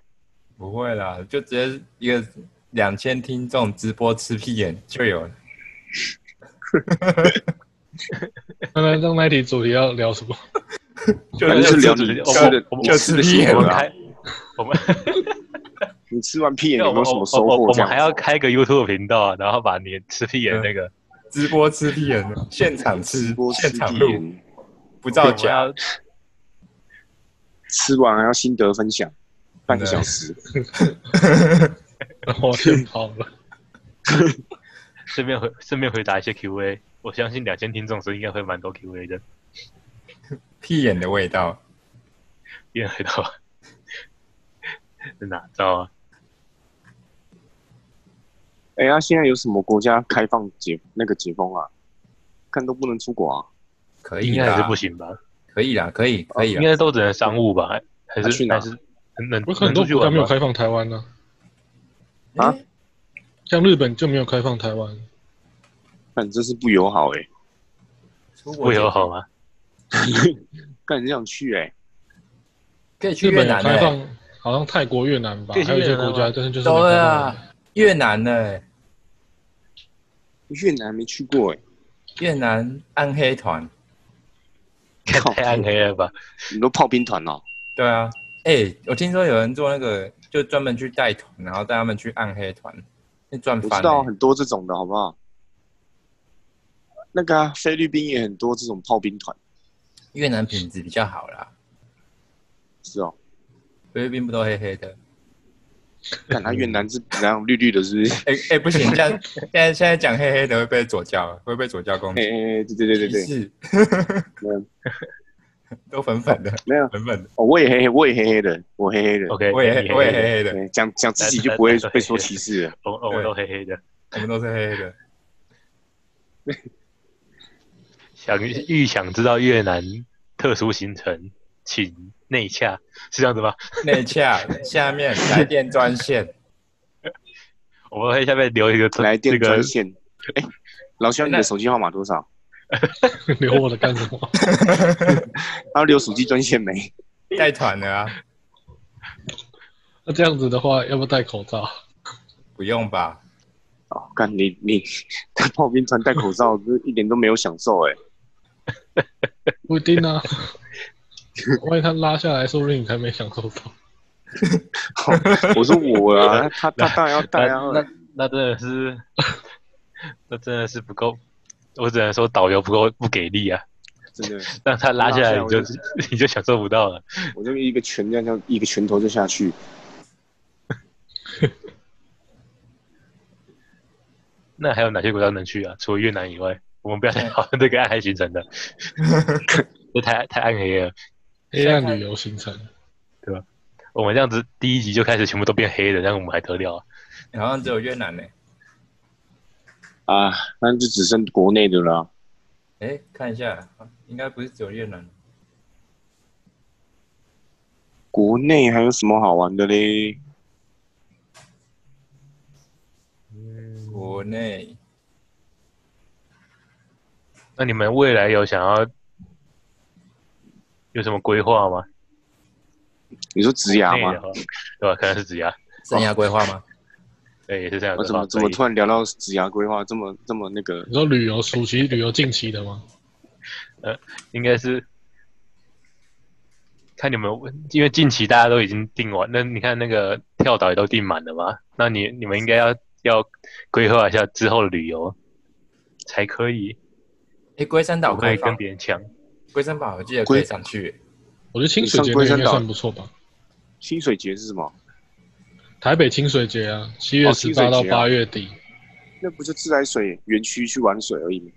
Speaker 3: 不会啦，就直接一个两千听众直播吃屁眼就有了。
Speaker 4: 那那让那一题主题要聊什么？
Speaker 3: 就
Speaker 2: 反正就是聊你
Speaker 1: 我
Speaker 2: 吃的
Speaker 1: 我，
Speaker 2: 你吃的心
Speaker 3: 就
Speaker 2: 得
Speaker 3: 是
Speaker 1: 我们
Speaker 2: 啊。 [laughs]
Speaker 1: 开我们
Speaker 2: 你吃完屁眼
Speaker 1: 要
Speaker 2: 有
Speaker 1: 我
Speaker 2: 没有什么收
Speaker 1: 我我
Speaker 2: 获？
Speaker 1: 我
Speaker 2: 这
Speaker 1: 们
Speaker 2: 样
Speaker 1: 还要
Speaker 2: 子嗯
Speaker 1: 开个 YouTube 频道啊，然后把你吃屁眼那个，
Speaker 3: 直播吃屁眼，现场吃
Speaker 2: 直播，吃
Speaker 3: 现场
Speaker 2: 屁
Speaker 3: 录，
Speaker 2: 眼，
Speaker 3: 不造假。
Speaker 2: 吃完还要心得分享，半个小时。
Speaker 4: 然后我先跑
Speaker 1: [laughs]
Speaker 4: 了。
Speaker 1: 顺便回顺便回答一些 Q&A。我相信两千听众是应该会蛮多 Q&A 的，
Speaker 3: 屁眼的味道，
Speaker 1: 因为到 [laughs] 是哪招啊？
Speaker 2: 哎呀，现在有什么国家开放解那个解封啊？看都不能出国啊，
Speaker 3: 可
Speaker 1: 应
Speaker 3: 以
Speaker 1: 该还是
Speaker 3: 啦
Speaker 1: 不，行吧？
Speaker 3: 可以啦，可以，可以
Speaker 1: 应
Speaker 2: 哦
Speaker 3: 啦。
Speaker 1: 该都只能商务吧？还
Speaker 2: 啊
Speaker 1: 是
Speaker 2: 去哪
Speaker 1: 还是能
Speaker 4: 我很
Speaker 1: 能
Speaker 4: 多
Speaker 1: 出去
Speaker 4: 国家
Speaker 1: 玩
Speaker 4: 没有
Speaker 1: 吗？
Speaker 4: 开放台湾呢、
Speaker 2: 啊
Speaker 3: 诶
Speaker 4: 像日本就没有开放台湾，
Speaker 2: 但真是不友好哎、
Speaker 3: 出国
Speaker 1: 不哦友好
Speaker 2: [laughs]
Speaker 1: 吗？
Speaker 2: 干很想去哎、
Speaker 3: 可以去
Speaker 4: 日
Speaker 3: 越
Speaker 4: 本有
Speaker 3: 南欸呢、
Speaker 4: 开放，好像泰国、越南吧
Speaker 1: 可以，去
Speaker 4: 还有一
Speaker 1: 越
Speaker 4: 些
Speaker 1: 南
Speaker 4: 国
Speaker 1: 吗
Speaker 4: 家，但是就是没
Speaker 3: 对
Speaker 4: 开放
Speaker 3: 啊。，越南呢、
Speaker 2: 越南没去过哎、
Speaker 3: 越南暗黑团，
Speaker 2: 靠
Speaker 1: 太暗黑了吧？
Speaker 2: 你都炮兵团哦、
Speaker 3: 对啊，哎、我听说有人做那个，就专门去带团，然后带他们去暗黑团，那赚
Speaker 2: 我
Speaker 3: 翻
Speaker 2: 知
Speaker 3: 欸了、
Speaker 2: 道很多这种的好不好？那个、啊、菲律宾也很多这种炮兵团，
Speaker 3: 越南品质比较好啦，
Speaker 2: 是哦。
Speaker 3: 菲律宾不都黑黑的？
Speaker 2: 看啊他越南是怎样绿绿的，是不是？
Speaker 3: 哎、哎、不行，这样现在现在讲黑黑的会被左教，会被左教攻
Speaker 2: 哎
Speaker 3: 击。
Speaker 2: 哎哎，对对对对嗯对，
Speaker 3: 是
Speaker 2: 嗯，
Speaker 3: [laughs] 都粉粉的，
Speaker 2: 没有，
Speaker 3: 粉粉的，
Speaker 1: [laughs]
Speaker 2: 哦，我也黑黑，我也黑黑的，我黑黑的。
Speaker 1: OK，
Speaker 3: 我也
Speaker 1: 你
Speaker 3: 黑我也黑黑的，
Speaker 2: 对，讲讲自己就不会被说歧视了。
Speaker 1: 我我们都黑黑的。
Speaker 3: 我们都是黑黑的。
Speaker 1: 想预想知道越南特殊行程，请内洽，是这样子吗？
Speaker 3: [laughs] 内洽下面来电专线，
Speaker 1: 我们会下面留一个
Speaker 2: 来电
Speaker 1: 这个
Speaker 2: 专线。哎、老乡，你的手机号码多少？
Speaker 4: [laughs] 留我的干什么？
Speaker 2: 他留手机专线没？
Speaker 3: 带团的啊，
Speaker 4: 那这样子的话，要不要戴口罩？
Speaker 3: 不用吧？
Speaker 2: 哦，看你你 [laughs] 在炮兵团戴口罩，这一点都没有享受哎、
Speaker 4: 不一定
Speaker 3: [laughs]
Speaker 4: 啊，万一他拉下来，说不定你才没享受到。
Speaker 2: 我说
Speaker 1: [laughs]
Speaker 2: 我啊，他他当然要戴啊。
Speaker 1: 那那那真的是， [laughs] 那真的是不够，我只能说导游不够不给力啊，
Speaker 2: 真的，
Speaker 1: 让他拉下
Speaker 2: 拉下
Speaker 1: 来
Speaker 2: 来
Speaker 1: 你
Speaker 2: 我
Speaker 1: 就
Speaker 2: 就
Speaker 1: 你就享受不到了。
Speaker 2: 我就一个拳这样这样一个拳头就下去。
Speaker 1: 那还有哪些国家能去啊？除了越南以外，我们不要
Speaker 2: 嗯
Speaker 1: 再讨论这个暗黑行程
Speaker 2: [laughs]
Speaker 1: 的，这太太暗黑了。
Speaker 4: 黑暗旅游行程，
Speaker 1: 我们这样子第一集就开始全部都变黑的，这样我们还得了啊？
Speaker 3: 好像只有越南呢、
Speaker 2: 啊，那就只剩国内的了。
Speaker 3: 诶，看一下，应该不是只有越南。
Speaker 2: 国内还有什么好玩的嘞？
Speaker 3: 国内
Speaker 1: 那你们未来有想要有什么规划吗？
Speaker 2: 你说植牙
Speaker 1: 内啊
Speaker 2: 吗
Speaker 1: 的？话对吧？可能是指牙，
Speaker 3: 生涯规划吗？
Speaker 1: 对，也是这样
Speaker 2: 我
Speaker 1: 的
Speaker 2: 怎
Speaker 1: 话。
Speaker 2: 么怎么
Speaker 1: 所以
Speaker 2: 突然聊到植牙规划这么这么那个？
Speaker 4: 你说旅游暑期旅游近期的吗？
Speaker 1: 应该是看你们，因为近期大家都已经订完，那你看那个跳岛也都订满了嘛，那你你们应该要要规划一下之后的旅游，才可以
Speaker 3: 诶，龟山岛
Speaker 1: 不
Speaker 3: 可
Speaker 1: 会
Speaker 3: 以
Speaker 1: 跟
Speaker 3: 放，
Speaker 1: 别人抢。
Speaker 3: 龟山岛我记得可以上去。
Speaker 4: 我觉得清水节那个应该算不错吧。
Speaker 2: 清水节是什么？
Speaker 4: 台北清水节啊，七月
Speaker 2: 哦
Speaker 4: 十
Speaker 2: 清
Speaker 4: 八
Speaker 2: 水节啊
Speaker 4: 到八月底，
Speaker 2: 那不就自来水园区去玩水而已吗？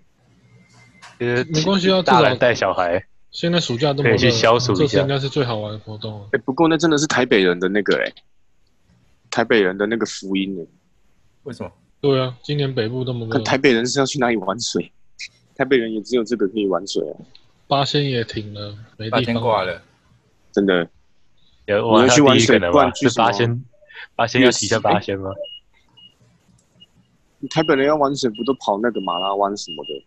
Speaker 1: 其实
Speaker 4: 没关系啊
Speaker 1: 大
Speaker 4: 至少
Speaker 1: 人带小孩，
Speaker 4: 现在暑假这
Speaker 1: 可
Speaker 4: 么
Speaker 1: 以
Speaker 4: 热，
Speaker 1: 去消暑一下
Speaker 4: 这次应该是最好玩的活动啊了。
Speaker 2: 哎、不过那真的是台北人的那个哎、台北人的那个福音哎、
Speaker 3: 为什么？
Speaker 4: 对啊，今年北部这么
Speaker 2: 可
Speaker 4: 热，
Speaker 2: 台北人是要去哪里玩水？台北人也只有这个可以玩水啊，
Speaker 4: 八仙也停了，没
Speaker 3: 把
Speaker 4: 地
Speaker 3: 天
Speaker 4: 方
Speaker 3: 挂了，
Speaker 2: 真的。
Speaker 1: 有
Speaker 2: 你
Speaker 1: 晚
Speaker 2: 要去
Speaker 1: 上
Speaker 2: 玩
Speaker 1: 第一个
Speaker 2: 水
Speaker 1: 人
Speaker 2: 不
Speaker 1: 嘛
Speaker 2: 然，去
Speaker 1: 是
Speaker 2: 什么
Speaker 1: 八仙，八仙要提一下
Speaker 2: 月十
Speaker 1: 八仙吗？
Speaker 2: 台北人要玩水不都跑那个马拉湾什么的？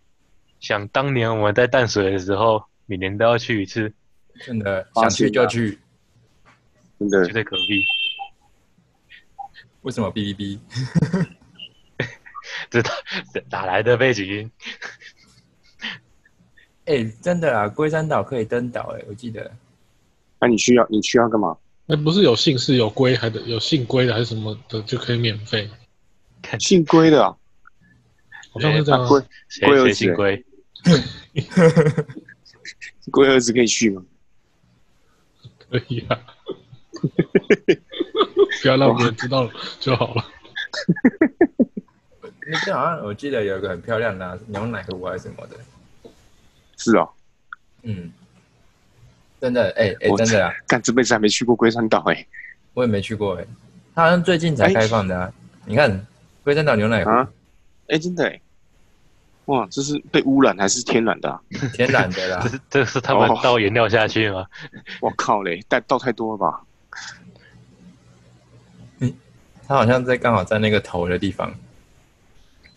Speaker 1: 想当年我们在淡水的时候，每年都要去一次，
Speaker 3: 真的
Speaker 2: 八
Speaker 3: 想
Speaker 2: 仙
Speaker 3: 去就去。
Speaker 2: 真的
Speaker 1: 就，在隔壁，
Speaker 3: 为什么哔哔哔？
Speaker 1: 这哪这哪来的背景音？
Speaker 3: 诶，真的啦，龟山岛可以登岛诶，我记得。
Speaker 2: 那、你去要你去要干嘛？
Speaker 4: 那哎不是有姓氏有龟还的有姓龟的还是什么的就可以免费，
Speaker 2: 姓龟的啊，
Speaker 4: 好像是这样、
Speaker 2: 啊
Speaker 4: 啊。
Speaker 2: 龟
Speaker 1: 谁
Speaker 2: 龟儿
Speaker 1: 谁
Speaker 2: 子
Speaker 1: 姓
Speaker 2: 欸
Speaker 1: 龟？
Speaker 2: 龟儿子可以去吗？
Speaker 4: 可以啊， [laughs] 不要让别人知道就好
Speaker 2: [laughs]
Speaker 4: 了。
Speaker 3: 那边好像我记得有一个很漂亮的啊、牛奶湖还是什么的，
Speaker 2: 是啊，
Speaker 3: 嗯，真的，哎、哎、
Speaker 2: 我
Speaker 3: 真的啊，
Speaker 2: 干这辈子还没去过龟山岛哎、
Speaker 3: 我也没去过哎、它好像最近才
Speaker 2: 哎
Speaker 3: 开放的啊。你看龟山岛牛奶湖、
Speaker 2: 啊，哎、真的哎、哇，这是被污染还是天然的、啊？
Speaker 3: 天然的啦
Speaker 2: [laughs]
Speaker 1: 这，是这是他们
Speaker 2: 哦
Speaker 1: 倒颜料下去吗？
Speaker 2: 我靠嘞，带倒太多了吧？
Speaker 3: 它好像在刚好在那个头的地方，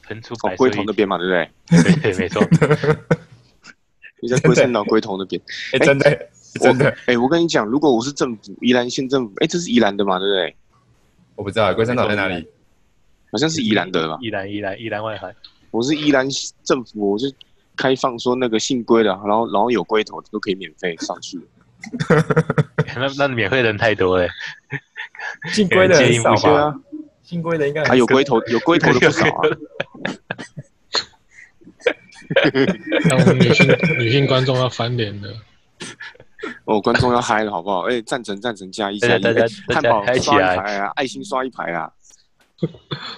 Speaker 1: 喷出
Speaker 2: 哦
Speaker 1: 白，色
Speaker 2: 龟
Speaker 1: 液
Speaker 2: 头那边嘛，对不对？ [laughs]
Speaker 1: 对对，没错。
Speaker 2: 就在龟山岛龟头那边。
Speaker 3: 哎、
Speaker 2: 哎
Speaker 3: 真的、真的，
Speaker 2: 哎、我跟你讲，如果我是政府，宜兰县政府，哎、这是宜兰的嘛，对不对？
Speaker 3: 我不知道龟山岛在哪里，
Speaker 2: 好像是宜兰的吧？
Speaker 1: 宜兰宜兰宜兰外海， [laughs]
Speaker 2: 我是宜兰政府，我就开放说那个姓龟的，然后然后有龟头都可以免费上
Speaker 1: [laughs]
Speaker 2: 去。
Speaker 1: 那那免费人太多了，
Speaker 3: 姓龟的很少
Speaker 2: 对
Speaker 3: 吧？
Speaker 2: 啊，
Speaker 3: 姓龟的应该
Speaker 2: 还
Speaker 3: 很
Speaker 2: 啊有
Speaker 3: 少。
Speaker 2: 龟头有龟头的不少啊。
Speaker 4: 那我们女性女性观众要翻脸的， [laughs]
Speaker 2: 哦，观众要嗨了好不好？哎、赞成赞成加一
Speaker 1: 大家啊
Speaker 2: 加一，
Speaker 1: 大家大
Speaker 2: 哎汉
Speaker 1: 家
Speaker 2: 堡
Speaker 1: 嗨起
Speaker 2: 刷一
Speaker 1: 来，
Speaker 2: 排啊，爱心刷一排啊，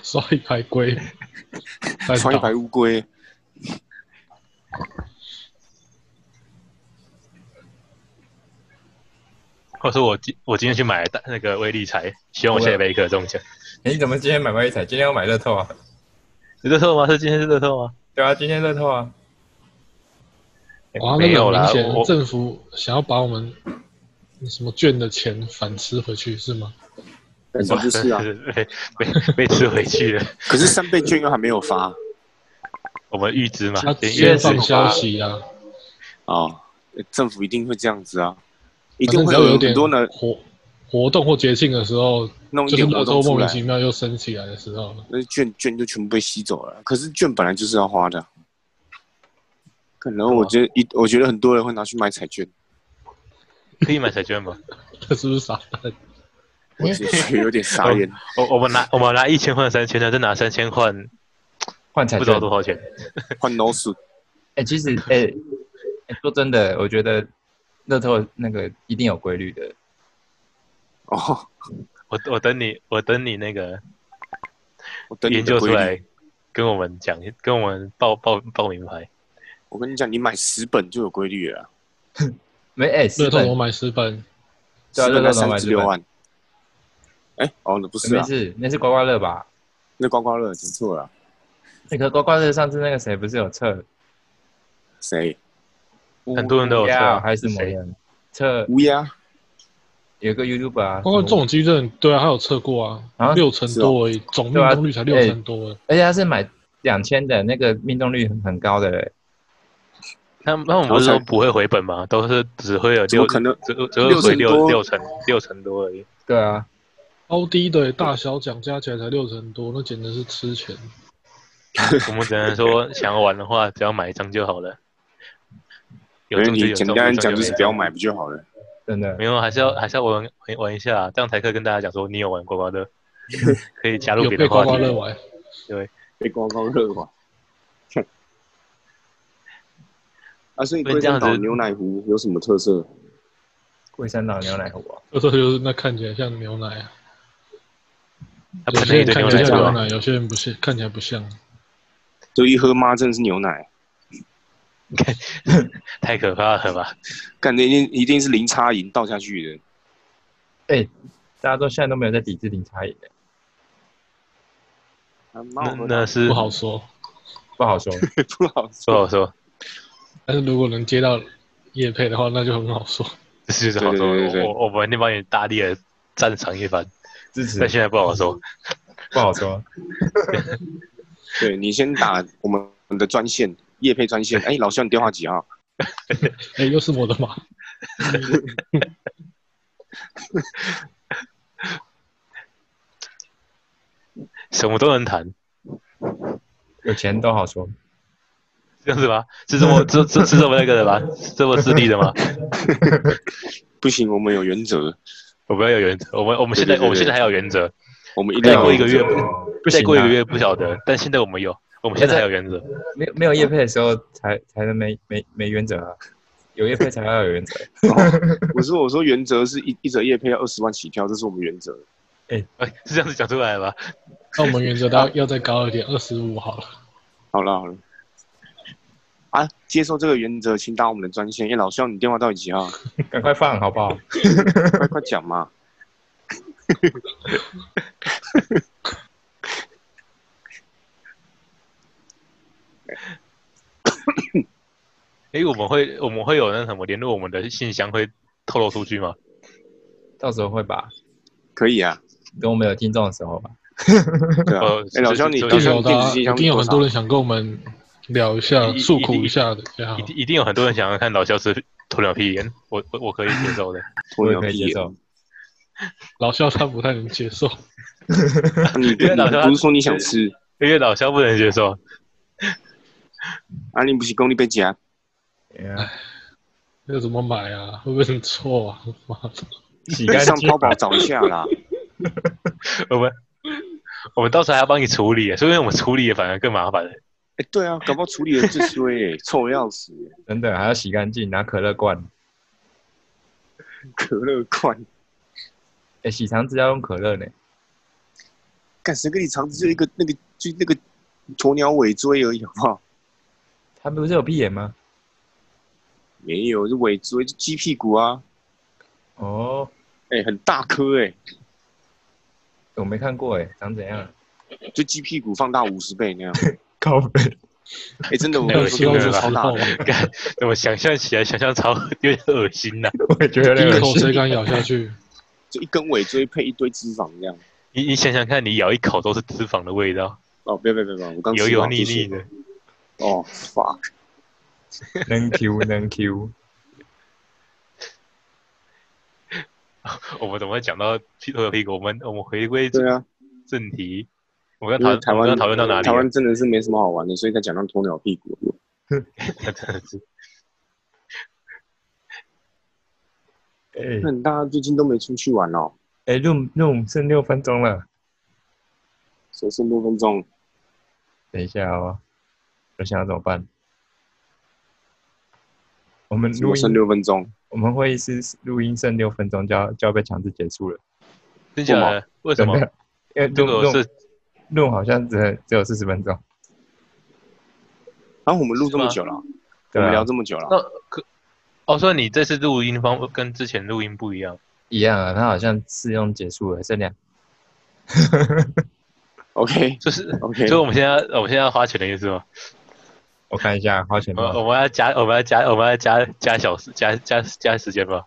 Speaker 4: 刷一排
Speaker 2: [laughs]
Speaker 4: 龟，再
Speaker 2: 刷一
Speaker 4: 打
Speaker 2: 排乌
Speaker 1: [laughs]
Speaker 2: 龟。
Speaker 1: 或者说我今我今天去买了那个威力财，希望我下一杯可以中奖。
Speaker 3: 哎你怎么今天买外彩？今天要买乐透啊？
Speaker 1: 你乐透吗？是今天是乐透吗？
Speaker 3: 对啊，今天乐透啊，
Speaker 4: 哇，
Speaker 1: 哎没
Speaker 4: 那
Speaker 1: 有
Speaker 4: 个
Speaker 1: 啦
Speaker 4: 明显
Speaker 1: 我。
Speaker 4: 政府想要把我们什么券的钱反吃回去是吗？
Speaker 2: 本身就是啊
Speaker 1: [laughs] 被被被吃回去了。
Speaker 2: 可是三倍券又还没有发
Speaker 1: 我们预知嘛
Speaker 4: 他，
Speaker 1: 先
Speaker 4: 先
Speaker 1: 预知
Speaker 4: 放
Speaker 1: 吧
Speaker 4: 消息啊，
Speaker 2: 哦，政府一定会这样子啊，一
Speaker 4: 反
Speaker 2: 定
Speaker 4: 正
Speaker 2: 会
Speaker 4: 只要有
Speaker 2: 很
Speaker 4: 点
Speaker 2: 多人
Speaker 4: 活活动或节庆的时候，
Speaker 2: 弄一
Speaker 4: 就是
Speaker 2: 点活
Speaker 4: 乐
Speaker 2: 动
Speaker 4: 透莫
Speaker 2: 出
Speaker 4: 名
Speaker 2: 来，
Speaker 4: 其妙又升起来的时候， [laughs]
Speaker 2: 那券券就全部被吸走了。可是券本来就是要花的，啊可能我觉得一，我觉得很多人会拿去买彩券，
Speaker 1: 可以买彩券吗？
Speaker 4: 这是不是傻蛋？
Speaker 2: 我觉得有点傻眼。
Speaker 1: 我我们拿我们拿一千换三千的，再拿三千换
Speaker 3: 换彩
Speaker 1: 不知道
Speaker 3: 券。
Speaker 1: 多少钱。
Speaker 2: [laughs] 换 no 数，
Speaker 3: 哎、其实哎、哎说真的，我觉得乐透那个一定有规律的。
Speaker 2: 哦，
Speaker 1: 我我等你，我等你那个
Speaker 2: 我等你
Speaker 1: 研
Speaker 2: 的
Speaker 1: 究出
Speaker 2: 规律。
Speaker 1: 来，跟我们讲，跟我们报报报名牌。
Speaker 2: 我跟你讲，你买十本就有规律了啊，
Speaker 3: 没哎，十
Speaker 4: 乐透我
Speaker 3: 本
Speaker 4: 买十本，
Speaker 3: 对啊
Speaker 2: 十本才
Speaker 3: 对啊对啊
Speaker 2: 三
Speaker 3: 买
Speaker 2: 十
Speaker 3: 十
Speaker 2: 六
Speaker 3: 本
Speaker 2: 万。哎、哦，那不是
Speaker 3: 没
Speaker 2: 啊，
Speaker 3: 事，那是刮刮乐吧？
Speaker 2: 那刮刮乐听错了啊，
Speaker 3: 那个刮刮乐上次那个谁不是有测？
Speaker 2: 谁？
Speaker 1: 很多人都有测啊
Speaker 3: 乌鸦还是什么
Speaker 1: 是
Speaker 3: 人？测
Speaker 2: 乌鸦？
Speaker 3: 有个 YouTube 啊，
Speaker 4: 包括这种几率真的对啊，他有测过
Speaker 3: 啊
Speaker 4: 啊，六成
Speaker 2: 哦
Speaker 4: 多而已，总命
Speaker 2: 啊
Speaker 4: 中率才
Speaker 2: 哎
Speaker 4: 六成多，
Speaker 3: 而且他是买两千的那个命中率很很高的嘞，
Speaker 1: 他们他们不是说不会回本吗？都是只会有
Speaker 2: 怎么
Speaker 1: 六，
Speaker 2: 可能？
Speaker 1: 只只会回
Speaker 2: 六成
Speaker 1: 六
Speaker 2: 多
Speaker 1: 六成六成多而
Speaker 2: [laughs]
Speaker 1: 已。
Speaker 3: 对啊，
Speaker 4: 超低的欸大小奖加起来才六成多，那简直是吃钱。
Speaker 1: 我们只能说，想要玩的话，只要买一张就好了。有
Speaker 2: 因为
Speaker 1: 中就
Speaker 2: 你
Speaker 1: 有
Speaker 2: 简
Speaker 1: 中，没
Speaker 2: 单
Speaker 1: 中
Speaker 2: 讲
Speaker 1: 没
Speaker 2: 就是
Speaker 1: 中
Speaker 2: 不要买不就好了？
Speaker 3: 真的
Speaker 1: 没有，还是要还是要玩玩玩一下，啊这样才可以跟大家讲说你有玩刮刮
Speaker 4: [laughs]
Speaker 1: 乐，可以加入
Speaker 4: 有
Speaker 1: 别
Speaker 4: 被
Speaker 1: 的话
Speaker 4: 刮
Speaker 1: 题。
Speaker 4: 刮乐玩，
Speaker 2: 被刮刮乐吧。 [laughs] 啊，所以
Speaker 1: 所以
Speaker 2: 龟
Speaker 1: 这样
Speaker 2: 山
Speaker 1: 子
Speaker 2: 岛牛奶壶有什么特色？
Speaker 3: 龟山岛牛奶壶啊，
Speaker 4: [laughs] 这就是那看起来像牛奶啊，
Speaker 1: 他喷
Speaker 4: 有
Speaker 1: 了
Speaker 4: 些
Speaker 1: 一
Speaker 4: 人
Speaker 1: 堆
Speaker 4: 看
Speaker 1: 牛
Speaker 4: 起
Speaker 1: 奶
Speaker 4: 来
Speaker 1: 出
Speaker 4: 像
Speaker 1: 来
Speaker 4: 牛奶，有些人不是看起来不像。
Speaker 2: 就一喝妈真的是牛奶，
Speaker 1: 太可怕了
Speaker 2: [laughs]
Speaker 1: 吧？
Speaker 2: 干那一定一定是零差赢倒下去的。
Speaker 3: 哎大家都现在都没有在抵制零差饮的，
Speaker 2: 啊
Speaker 1: 那
Speaker 2: 蛮好喝的
Speaker 1: 那是
Speaker 4: 不好说。
Speaker 3: 不好 [laughs] 说。
Speaker 2: [laughs] 不好
Speaker 1: 不
Speaker 2: 说。
Speaker 1: 好说，
Speaker 4: 但是如果能接到叶配的话，那就很好说。
Speaker 1: 这是不好说。
Speaker 2: 对对对对
Speaker 1: 我我我们一定帮你大力的赞赏一番，
Speaker 3: 支持
Speaker 1: 但现在不好
Speaker 2: 嗯
Speaker 1: 说。
Speaker 3: 不好说，
Speaker 2: 对你先打我们的
Speaker 1: [laughs]
Speaker 2: 专线，叶配专线。哎，老肖，你电话几号？
Speaker 4: 哎、又是我的码，
Speaker 1: 什么都能谈，
Speaker 3: 有钱都好说。
Speaker 1: 这样子吗？是这
Speaker 2: [laughs]
Speaker 1: 么这这是这么那个的吗？是这么势利的吗？
Speaker 2: 不行，我们有原则，
Speaker 1: 我们要有原则，我们我们现在
Speaker 2: 对对对对
Speaker 1: 我们现在还有原则，
Speaker 2: 我们一定
Speaker 1: 再
Speaker 2: 要
Speaker 1: 过
Speaker 2: 有
Speaker 1: 一个
Speaker 2: 原
Speaker 1: 月
Speaker 2: 则。
Speaker 1: 不，
Speaker 3: 不行啊
Speaker 1: 再过一个月不晓得，但现在我们有，我们现在还有原则。
Speaker 3: 没有没有业配的时候才才能没没没原则啊，有业配才要有原 [laughs] 则。
Speaker 2: 我说我说原则是一一则叶配要二十万起跳，这是我们原则。
Speaker 1: 哎，是这样子讲出来的吧？
Speaker 4: 那我们原则到要再高一点，二十五好了。
Speaker 2: 好了好了。啊，接受这个原则，请打我们的专线。哎，老肖，你电话到底几号？
Speaker 3: 赶快放好不好？
Speaker 2: 快快讲嘛！
Speaker 1: 哎，我们会我们会有那什么联络我们的信箱会透露出去吗？
Speaker 3: 到时候会吧，
Speaker 2: 可以啊，
Speaker 3: 等我们有听众的时候吧。
Speaker 2: 对啊。
Speaker 1: 呃
Speaker 2: 哎，老肖，你
Speaker 1: 这
Speaker 2: 老
Speaker 4: 一定
Speaker 2: 肖
Speaker 4: 有
Speaker 2: 你
Speaker 4: 的
Speaker 2: 电子
Speaker 4: 啊，
Speaker 2: 信
Speaker 4: 一
Speaker 2: 箱
Speaker 4: 定有很多
Speaker 2: 多
Speaker 4: 人想跟我们聊一下
Speaker 1: 一、
Speaker 4: 诉苦一下的也好
Speaker 2: 哦
Speaker 1: 一。定一定有很多人想要看老肖吃鸵鸟屁眼，我我我可以接受的。 [laughs]
Speaker 2: 少，鸵
Speaker 3: 我也
Speaker 2: 鸟
Speaker 3: 可以
Speaker 2: 屁
Speaker 3: 接
Speaker 2: 眼。
Speaker 3: 受。
Speaker 4: 老肖他不太能接受，
Speaker 2: 啊你
Speaker 1: 因为老
Speaker 2: 你
Speaker 1: 肖
Speaker 2: 不是说你想吃？
Speaker 1: 因为老肖不能接受，
Speaker 2: 啊，你不是功力被夹？
Speaker 4: 那怎么买啊？会不会很臭啊？ [laughs] 妈的
Speaker 3: 洗
Speaker 2: 你
Speaker 3: 干
Speaker 2: 上
Speaker 3: 净
Speaker 2: 淘宝找一
Speaker 1: [laughs]
Speaker 2: 下啦。
Speaker 1: 我们我们到时候还要帮你处理，所以我们处理反而更麻烦了。
Speaker 2: 哎，对啊，搞不好处理的最衰、欸，臭得要死、
Speaker 3: 真的还要洗干净，拿可乐罐。
Speaker 2: 可乐罐，
Speaker 3: 哎、洗肠子要用可乐呢。
Speaker 2: 干谁跟你肠子就一个那个就那个鸵鸟尾椎而已，好不好？
Speaker 3: 他们不是有屁眼吗？
Speaker 2: 没有，是尾椎，就鸡屁股啊。
Speaker 3: 哦，
Speaker 2: 哎、很大颗哎、
Speaker 3: 欸 [laughs] 我没看过哎，长怎样？
Speaker 2: 就鸡屁股放大五十倍
Speaker 1: [laughs]
Speaker 2: 那样。
Speaker 3: 高分。
Speaker 2: 哎、真的，我
Speaker 1: 太
Speaker 2: 跟
Speaker 1: 恶
Speaker 2: 你
Speaker 1: 心
Speaker 2: 说，
Speaker 1: 了
Speaker 2: 那时候超大的，
Speaker 1: 干怎么想象起来，想象超有点恶心呐、 [laughs]
Speaker 3: 我也觉得有
Speaker 4: 第
Speaker 3: 点
Speaker 4: 一
Speaker 3: 恶 [laughs]
Speaker 4: 口
Speaker 3: 心
Speaker 4: 水敢咬下去，
Speaker 2: 就一根尾椎配一堆脂肪这样。
Speaker 1: 你你想想看，你咬一口都是脂肪的味道，
Speaker 2: 哦，不要不要不要不要，我刚
Speaker 1: 油
Speaker 2: 吃
Speaker 1: 油
Speaker 2: 完
Speaker 1: 腻
Speaker 2: 啊就是
Speaker 1: 腻的。
Speaker 2: 哦，fuck，
Speaker 1: [laughs]
Speaker 3: 能 Q 能 Q，
Speaker 1: 我们怎么会讲到屁股屁股？我们我们回归
Speaker 2: 对啊，
Speaker 1: 正题，我们
Speaker 2: 因
Speaker 1: 要
Speaker 2: 为
Speaker 1: 讨我
Speaker 2: 台
Speaker 1: 们要
Speaker 2: 湾
Speaker 1: 讨论到哪里啊
Speaker 2: 台
Speaker 1: 了？
Speaker 2: 湾真的是没什么好玩的，所以才讲到鸵鸟屁股。
Speaker 1: 真的是
Speaker 3: 哎、
Speaker 2: 那大家最近都没出去玩哦，
Speaker 3: 哎，录录剩六分钟了，
Speaker 2: 所以剩六分钟，
Speaker 3: 等一下哦，我想要怎么办？我们
Speaker 2: 怎
Speaker 3: 录
Speaker 2: 么剩
Speaker 3: 音，
Speaker 2: 六分钟？
Speaker 3: 我们会议室录音剩六分钟就要就要被强制结束了，
Speaker 1: [laughs] 真假的？为什么？
Speaker 3: 真的？ [laughs] 因为
Speaker 1: 这
Speaker 3: 录
Speaker 1: 个
Speaker 3: 录
Speaker 1: 是
Speaker 3: 录好像只只有四十分钟，
Speaker 2: 然后我们录这么
Speaker 1: 是吗
Speaker 2: 久了，我
Speaker 3: 对
Speaker 2: 们聊
Speaker 3: 啊，
Speaker 2: 这么久了，
Speaker 1: 那可哦，所以你这次录音方跟之前录音不一样。
Speaker 3: 一样啊，它好像试用结束了，剩两，
Speaker 2: OK
Speaker 1: 就是
Speaker 2: OK，
Speaker 1: 所以我们现在要我们现在要花钱的意思吗？
Speaker 3: 我看一下，花钱
Speaker 1: 我
Speaker 3: 多
Speaker 1: 们
Speaker 3: 少？
Speaker 1: 我们要加我们要加我们要加加小时加加加时间吧。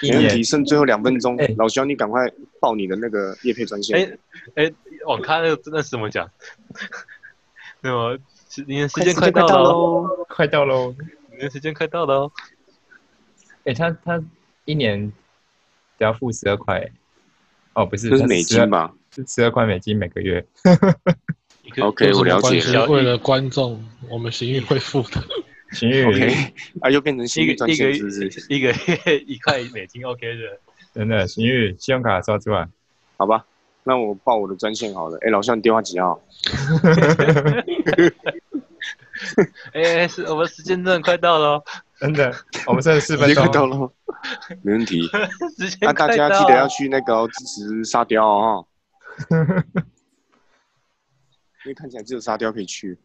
Speaker 3: 一
Speaker 2: 没问
Speaker 3: 年
Speaker 2: 题，剩最后两分钟
Speaker 3: 哎，
Speaker 2: 老肖你赶快报你的那个叶配专
Speaker 1: 哎
Speaker 2: 线，
Speaker 1: 哎，我看那个真的是怎么讲？那么时你的时
Speaker 2: 快
Speaker 1: 间快
Speaker 2: 快
Speaker 1: 到了哦，
Speaker 2: 喽，
Speaker 3: 快到喽，
Speaker 1: 你的时间快到了哦。
Speaker 3: 哎，他他一年只要付十二块，哦，不是，
Speaker 2: 这是
Speaker 3: 它
Speaker 2: 美
Speaker 3: 12
Speaker 2: 金吧？
Speaker 3: 是十二块美金每个月。
Speaker 1: 你可以
Speaker 2: OK，
Speaker 4: 有什
Speaker 2: 我
Speaker 4: 么
Speaker 2: 了
Speaker 4: 关
Speaker 2: 解
Speaker 4: 系
Speaker 1: 了
Speaker 4: 为了观众，我们行运会付的。 [laughs]
Speaker 3: 情侣
Speaker 2: OK，啊，又变成新
Speaker 1: 一
Speaker 2: 的
Speaker 1: 个
Speaker 2: 专
Speaker 1: 一个
Speaker 2: 线是不是？
Speaker 1: 一个月一块美金 OK 的。
Speaker 3: 真的情侣信用卡刷出来，
Speaker 2: 好吧，那我报我的专线好了。哎，老肖你电话几号？
Speaker 1: 哎、哎是我们时间真的快到了哦， [laughs]
Speaker 3: 真的，我们剩四
Speaker 2: 时
Speaker 3: 分
Speaker 2: 间快到
Speaker 3: 钟，
Speaker 2: 了，没问题。
Speaker 1: 时间
Speaker 2: 那
Speaker 1: 哎快到
Speaker 2: 大家
Speaker 1: 了
Speaker 2: 记得要去那个哦支持沙雕
Speaker 1: [laughs]
Speaker 2: 哦，因为看起来只有沙雕可以去。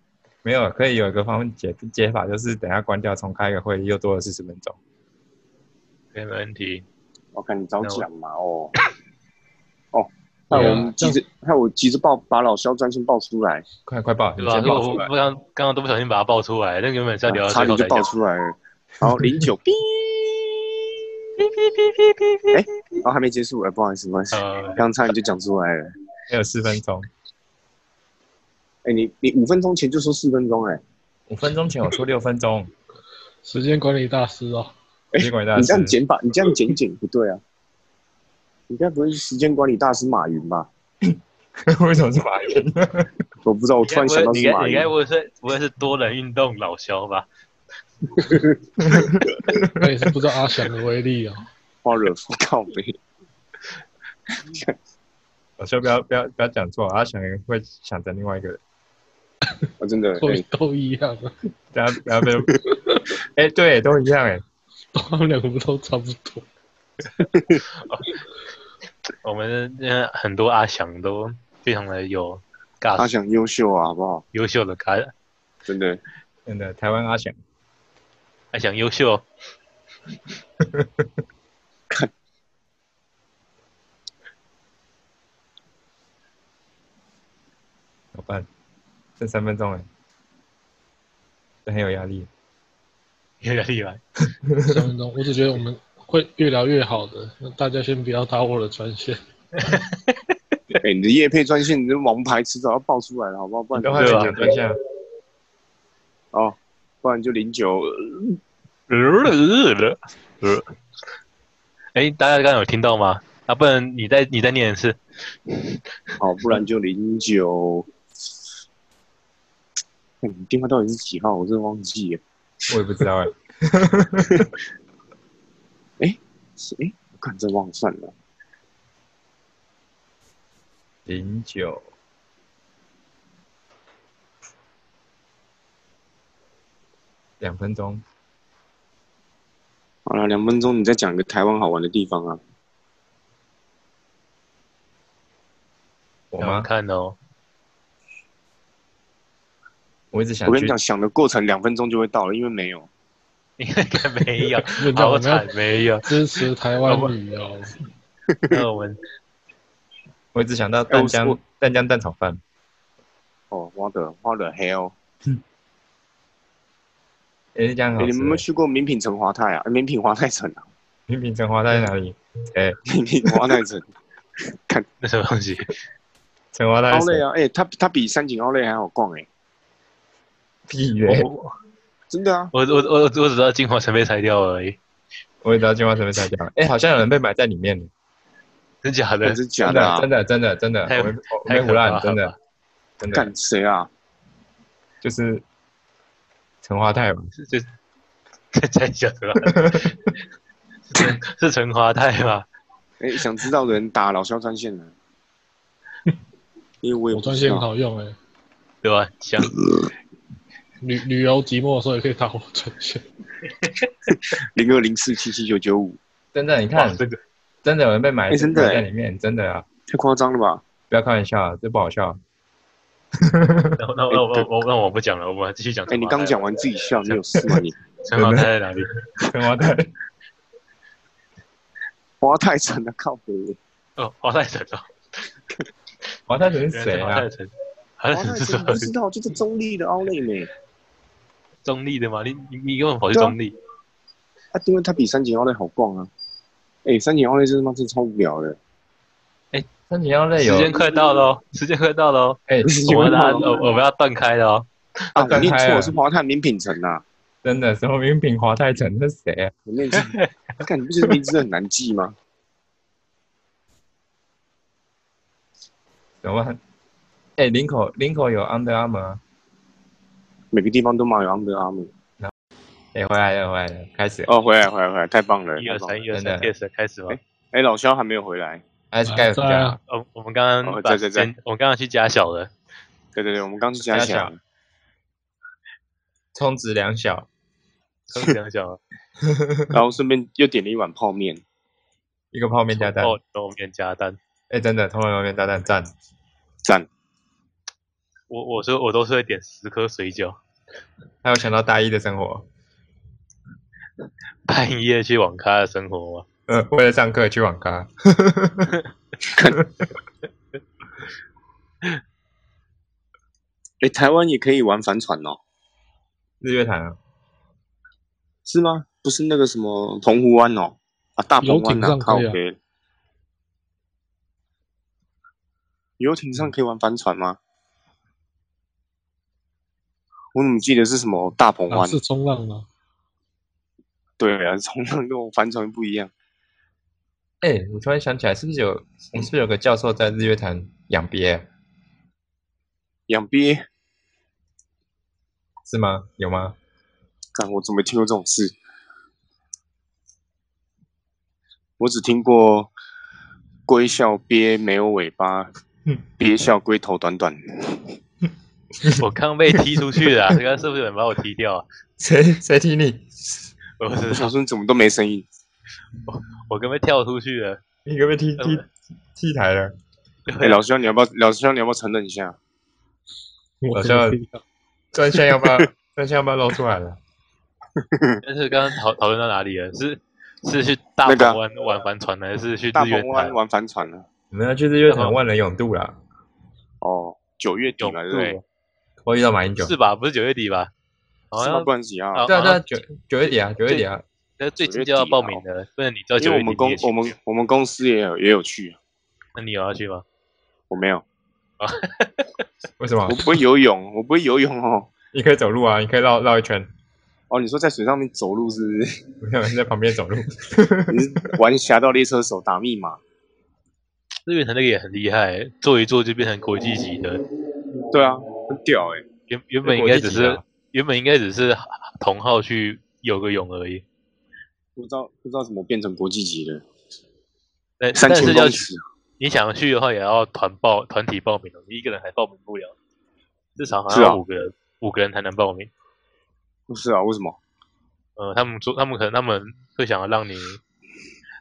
Speaker 3: 没有可以有一个方解解法，就是等一下关掉重开一个会议，又多了四十分钟。
Speaker 1: 没问题。
Speaker 2: 我看你早
Speaker 1: 那我啊
Speaker 2: 讲嘛哦。哦，那我们急着，害我急着报把老肖专线报出来，
Speaker 3: 快快报，
Speaker 1: 对
Speaker 3: 你
Speaker 1: 吧？
Speaker 3: 先
Speaker 1: 如
Speaker 3: 报
Speaker 1: 果
Speaker 3: 出来
Speaker 1: 我。刚刚刚都不小心把它爆出来，那原本是要聊到
Speaker 2: 差
Speaker 1: 最后才
Speaker 2: 点就报
Speaker 1: 讲。
Speaker 2: 出来 [laughs] 了。然后零九哔，然后还没结束，哎，不好意思，不好意思，
Speaker 1: 呃，
Speaker 2: 刚差点就讲出来了。
Speaker 3: 还有四分钟，
Speaker 2: 哎，你你五分钟前就说四分钟，哎，
Speaker 3: 五分钟前我说六分钟，
Speaker 4: 时间管理大师哦，
Speaker 3: 结果
Speaker 1: 啊
Speaker 3: 大
Speaker 2: 哎你这样
Speaker 3: 师
Speaker 2: 减法，你这样减减不对啊。你该不会是时间管理大师马云吧？
Speaker 3: [laughs] 为什么是马云？
Speaker 2: 我不知道，我突然想到
Speaker 1: 你
Speaker 2: 是
Speaker 1: 该
Speaker 2: 马
Speaker 1: 你
Speaker 2: 云
Speaker 1: 该。不会是不会是多人运动老肖吧？
Speaker 4: 那也是不知道阿翔的威力哦。
Speaker 2: 花惹夫靠背，
Speaker 3: 我说不要不要不要讲错，阿翔会想着另外一个人，
Speaker 2: 我真的，
Speaker 4: 都
Speaker 2: 哎
Speaker 4: 都一样啊， [laughs]
Speaker 3: 大家不
Speaker 2: [laughs]
Speaker 3: 要被，哎，对，都一样哎，
Speaker 4: 他们两个不都差不多？
Speaker 1: 我们呃很多阿翔都非常的有
Speaker 2: 阿
Speaker 1: 尬
Speaker 2: 翔优秀啊，好不好？
Speaker 1: 优秀的尬
Speaker 2: 真的，
Speaker 3: 真的，台湾阿翔，
Speaker 1: 阿翔优秀，
Speaker 3: 怎么办？剩三分钟哎，这很有压力。
Speaker 1: 有点厉害。
Speaker 4: 三分钟，我只觉得我们会越聊越好的。那大家先不要打我的专
Speaker 3: [laughs]
Speaker 4: 线，
Speaker 2: 哎，你的叶配专线，你的王牌迟早要爆出来了，好不好？不
Speaker 3: 你
Speaker 2: 然
Speaker 3: 都还没
Speaker 1: 对吧
Speaker 3: 讲啊对象，
Speaker 2: 啊哦，不然就零九，
Speaker 3: 呃
Speaker 1: 哎，呃大家刚刚有听到吗？啊，不然你再你再念一次。
Speaker 2: 好，
Speaker 3: [laughs]
Speaker 2: 不然就零九。哎你电话到底是几号？我真的忘记了。
Speaker 3: 我也不知道哎。
Speaker 2: 是哎，我看这忘了算了。
Speaker 3: 零九两分钟，
Speaker 2: 好了，两分钟，你再讲一个台湾好玩的地方啊。
Speaker 3: 我
Speaker 1: 让我
Speaker 3: 吗？
Speaker 1: 看哦， [laughs]
Speaker 3: 我一直想
Speaker 2: 我跟
Speaker 3: 去
Speaker 2: 你，讲，想的过程两分钟就会到了，因为没有。
Speaker 1: 应该没
Speaker 3: [laughs]
Speaker 1: 有，
Speaker 4: 那叫
Speaker 1: 好
Speaker 4: 我们要
Speaker 1: 惨没有。
Speaker 4: 支持台湾旅游。
Speaker 3: 啊
Speaker 1: 那我们
Speaker 3: 我一直想到
Speaker 2: 哎
Speaker 3: 淡
Speaker 2: 我
Speaker 3: 江
Speaker 2: 我
Speaker 3: 淡江蛋炒饭，
Speaker 2: 哦，我的我的 hell！
Speaker 3: 也是这样
Speaker 2: 哎、
Speaker 3: 好吃欸
Speaker 2: 你们有没有
Speaker 3: 的。
Speaker 2: 去过名品城华泰啊？呃名品华泰城
Speaker 3: [laughs]
Speaker 2: 啊，
Speaker 3: 你品城华泰在哪里？哎，
Speaker 2: 名品华泰
Speaker 3: [laughs]
Speaker 2: 城，
Speaker 1: 那什么东西？
Speaker 3: 城华泰
Speaker 2: 奥
Speaker 3: 是
Speaker 2: 莱
Speaker 3: 谁
Speaker 2: 啊，哎、它它比三井奥莱还好逛哎、
Speaker 3: 屁嘞！
Speaker 2: 真的啊，
Speaker 1: 我我我我只知道金华城被拆掉而已，
Speaker 3: 我也知道金华城被拆掉了。哎，好像有人被埋在里面了。
Speaker 1: 真假
Speaker 2: 真
Speaker 1: 的
Speaker 2: 的？是假
Speaker 3: 真
Speaker 2: 的啊
Speaker 3: 的，？真的，真的，真的，
Speaker 1: 太
Speaker 3: 我没我
Speaker 1: 太
Speaker 3: 没胡
Speaker 1: 可怕
Speaker 3: 乱，
Speaker 1: 了 [laughs]
Speaker 3: 真的，真的
Speaker 2: 干谁啊？
Speaker 3: 就是陈华泰嘛。
Speaker 1: 这这太假的
Speaker 3: [laughs]
Speaker 1: 吧？是陈华泰吧？
Speaker 2: 哎、想知道的人打老萧专
Speaker 1: [laughs]
Speaker 2: 线呢，因为我也
Speaker 4: 我
Speaker 2: 不
Speaker 4: 专
Speaker 2: 知
Speaker 4: 线很
Speaker 2: 道。
Speaker 4: 好用哎、
Speaker 1: 对吧？想
Speaker 4: 旅旅游寂寞的时候也可以打我专线。
Speaker 2: 零二零四七七九九五，
Speaker 3: 真的，你
Speaker 1: 哇，
Speaker 3: 看，
Speaker 1: 这个
Speaker 3: 真的有人被埋
Speaker 2: 哎真的
Speaker 3: 埋在
Speaker 2: 哎
Speaker 3: 里面，真的啊！
Speaker 2: 太夸张了吧？
Speaker 3: 不要开玩笑，啊这不好笑。
Speaker 1: [laughs] 那那那我我那我不讲了，我们继续讲
Speaker 2: 哎、
Speaker 1: 陈华泰。
Speaker 2: 你刚讲完自己笑，你有事
Speaker 1: [laughs]
Speaker 2: 吗你？
Speaker 1: 陈华泰在哪里？
Speaker 3: 陈华泰，
Speaker 2: 华泰城的靠
Speaker 1: [laughs]
Speaker 2: 北，
Speaker 1: 哦，华泰城哦，
Speaker 3: 华泰人是
Speaker 1: 原来
Speaker 3: 谁
Speaker 1: 是华
Speaker 3: 啊
Speaker 1: 泰？城，华
Speaker 2: 华
Speaker 1: 泰城
Speaker 2: 泰
Speaker 1: 是什
Speaker 2: 城
Speaker 1: 么
Speaker 2: 不？知道，就是中立的奥莱呢。
Speaker 1: 中立的吗？你你你根本跑去
Speaker 2: 对啊
Speaker 1: 中立，
Speaker 2: 啊，因为它比三井奥莱好逛啊。哎、三井奥莱真他妈真超无聊的。
Speaker 3: 三井
Speaker 2: 啊
Speaker 3: 要类有
Speaker 1: 时间快到喽，时间快到喽，
Speaker 3: 哎，
Speaker 2: [laughs]
Speaker 1: 我们
Speaker 2: 的
Speaker 1: 要我我们要断开了哦。
Speaker 2: 啊，
Speaker 3: 断
Speaker 2: 我念
Speaker 3: 开啊
Speaker 2: 错，是华泰名品城啊。
Speaker 3: 真的什么名品华泰城这是谁啊？
Speaker 2: 我念错，
Speaker 1: [laughs]
Speaker 2: 看你不觉得名字很难记吗？
Speaker 3: 什么？哎，林口林口有 Under Armour 啊。
Speaker 2: 每个地方都蛮有 Under Armour。
Speaker 3: 哎，回来了，回来了，开始，
Speaker 2: 哦，回来回来回来，太棒了！
Speaker 1: 一二
Speaker 2: 太棒
Speaker 1: 三，
Speaker 2: 了
Speaker 1: 一二
Speaker 3: 真的
Speaker 1: 三，yes，开始吧。
Speaker 2: 哎、老肖还没有回来。
Speaker 3: 还是盖比较
Speaker 4: 在
Speaker 3: 好
Speaker 4: 啊。
Speaker 1: 哦，我们刚
Speaker 2: 哦
Speaker 1: 刚
Speaker 2: 在
Speaker 1: 把
Speaker 2: 在
Speaker 1: 时
Speaker 2: 在
Speaker 1: 间，我们刚刚去加小了。
Speaker 2: 对对对，我们刚去加
Speaker 3: 加
Speaker 2: 强
Speaker 3: 强。充值两小，
Speaker 1: 刚刚讲
Speaker 2: [laughs]
Speaker 1: 小了，
Speaker 2: 然后顺便又点了一碗泡面。
Speaker 3: 一个泡面加蛋。
Speaker 1: 哦，豆面加蛋。
Speaker 3: 哎，真的，通泡面加蛋赞。
Speaker 2: 赞！
Speaker 1: 我我说我都是会点十颗水饺，
Speaker 3: 还有想到大一的生活，
Speaker 1: 半夜去网咖的生活嘛。
Speaker 3: 呃，为了上课去网咖。 [laughs]
Speaker 2: 哎、台湾也可以玩帆船哦，
Speaker 3: 日月潭啊，
Speaker 2: 是吗？不是那个什么澎湖湾哦，啊，大鹏湾
Speaker 4: 游
Speaker 2: 啊，
Speaker 4: 艇上
Speaker 2: 靠
Speaker 4: 可以啊
Speaker 2: 北。游艇上可以玩帆船吗？我怎么记得是什么大鹏
Speaker 4: 啊，
Speaker 2: 湾？
Speaker 4: 是冲浪吗？
Speaker 2: 对啊，冲浪跟我帆船不一样。
Speaker 3: 哎、我突然想起来，是不是有我们是不是有个教授在日月潭养鳖啊、
Speaker 2: 养鳖，
Speaker 3: 是吗？有吗？
Speaker 2: 但我怎么没听过这种事？我只听过龟笑鳖没有尾巴，
Speaker 1: 嗯
Speaker 2: [laughs] 鳖笑龟头
Speaker 1: [laughs]
Speaker 2: 短短。
Speaker 1: 我刚被踢出去了、啊，刚 [laughs] 刚是不是有人把我踢掉啊？
Speaker 3: [laughs] 谁谁踢你？
Speaker 1: 我不
Speaker 2: 我
Speaker 1: 知道
Speaker 2: 想说你怎么都没
Speaker 1: [laughs]
Speaker 2: 声音？
Speaker 1: 我刚被跳出去了。
Speaker 3: 你可被踢踢
Speaker 1: 呃
Speaker 3: 踢台了？
Speaker 1: 啊
Speaker 2: 哎、老肖，你要不要？老肖，你要不要承认一下？
Speaker 4: 我
Speaker 3: 好像
Speaker 4: 不知道
Speaker 3: 专线要不 [laughs] 要？专线要不要露出来了？
Speaker 1: 但是刚刚讨讨论到哪里了？是是去大
Speaker 2: 那个啊
Speaker 1: 鹏湾玩帆船呢，还是去
Speaker 2: 大
Speaker 1: 日月
Speaker 2: 鹏湾
Speaker 1: 潭？
Speaker 2: 玩帆船了。
Speaker 3: 我们要去日月潭万人泳渡啦！
Speaker 2: 哦，九月底
Speaker 1: 永
Speaker 2: 了，对
Speaker 1: 渡
Speaker 2: 不对？
Speaker 3: 我遇到马英九，
Speaker 1: 是吧？不是九月底吧？好
Speaker 2: 是吗？
Speaker 1: 像
Speaker 2: 不然几号？
Speaker 1: 好
Speaker 3: 对啊对
Speaker 1: 好
Speaker 3: 啊，
Speaker 1: 像
Speaker 3: 九九月底啊，九月底啊，
Speaker 1: 那最近
Speaker 2: 9
Speaker 1: 就要
Speaker 2: 底
Speaker 1: 报
Speaker 2: 了
Speaker 1: 名
Speaker 2: 哦
Speaker 1: 了，不然你到
Speaker 2: 因
Speaker 1: 九
Speaker 2: 为
Speaker 1: 月
Speaker 2: 我
Speaker 1: 底
Speaker 2: 们
Speaker 1: 你
Speaker 2: 公
Speaker 1: 也去
Speaker 2: 我们我们公司也有也有去，
Speaker 1: 那你有要去吗？
Speaker 2: 我没有，
Speaker 3: 为什么
Speaker 1: 哦
Speaker 2: 我？不会游泳，我不会游泳哦。
Speaker 3: 你可以走路啊，你可以绕绕一圈，
Speaker 2: 哦，你说在水上面走路是不是？ [laughs]
Speaker 3: 没有人在旁边走路。
Speaker 2: 你是玩《侠盗猎车手》打密码？
Speaker 1: 日月潭那个也很厉害，做一做就变成国际级的。
Speaker 2: 对啊，很屌哎、
Speaker 1: 原原本应
Speaker 3: 国
Speaker 1: 该
Speaker 3: 际
Speaker 1: 只
Speaker 3: 级
Speaker 1: 是
Speaker 3: 啊
Speaker 1: 原本应该只是同号去游个泳而已，
Speaker 2: 不知道不知道怎么变成国际级的，
Speaker 1: 但
Speaker 2: 三
Speaker 1: 但
Speaker 2: 千
Speaker 1: 是要
Speaker 2: 公
Speaker 1: 去
Speaker 2: 尺。
Speaker 1: 你想去的话，也要团报团体报名哦，你一个人还报名不了，至少好
Speaker 2: 是
Speaker 1: 像
Speaker 2: 啊
Speaker 1: 五个人、五个人才能报名。
Speaker 2: 不是啊，为什么？
Speaker 1: 呃，他们说他们可能他们会想要让你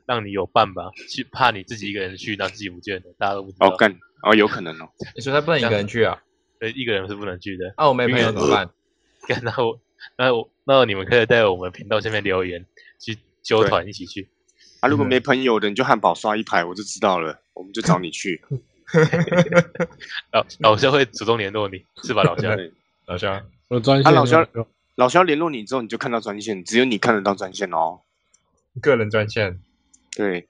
Speaker 1: 让你有伴吧，去怕你自己一个人去，那自己不见了，大家都不知道。
Speaker 2: 哦，干哦，有可能哦。
Speaker 3: 你说他不能一个人去啊？
Speaker 1: 对，一个人是不能去的。 [laughs]
Speaker 3: 啊，我没朋友怎么办？
Speaker 1: 干那我那我那你们可以在我们频道下面留言，去揪
Speaker 2: 对
Speaker 1: 团一起去。
Speaker 2: 啊，如果没朋友的，你就汉堡刷一排，我就知道了，我们就找你去。
Speaker 1: 老老肖会主动联络你，是吧，老肖？
Speaker 2: 对，
Speaker 4: 老肖，我专
Speaker 2: 啊
Speaker 4: 线
Speaker 2: 老肖老肖联络你之后，你就看到专线，只有你看得到专线哦。
Speaker 3: 个人专线，
Speaker 2: 对，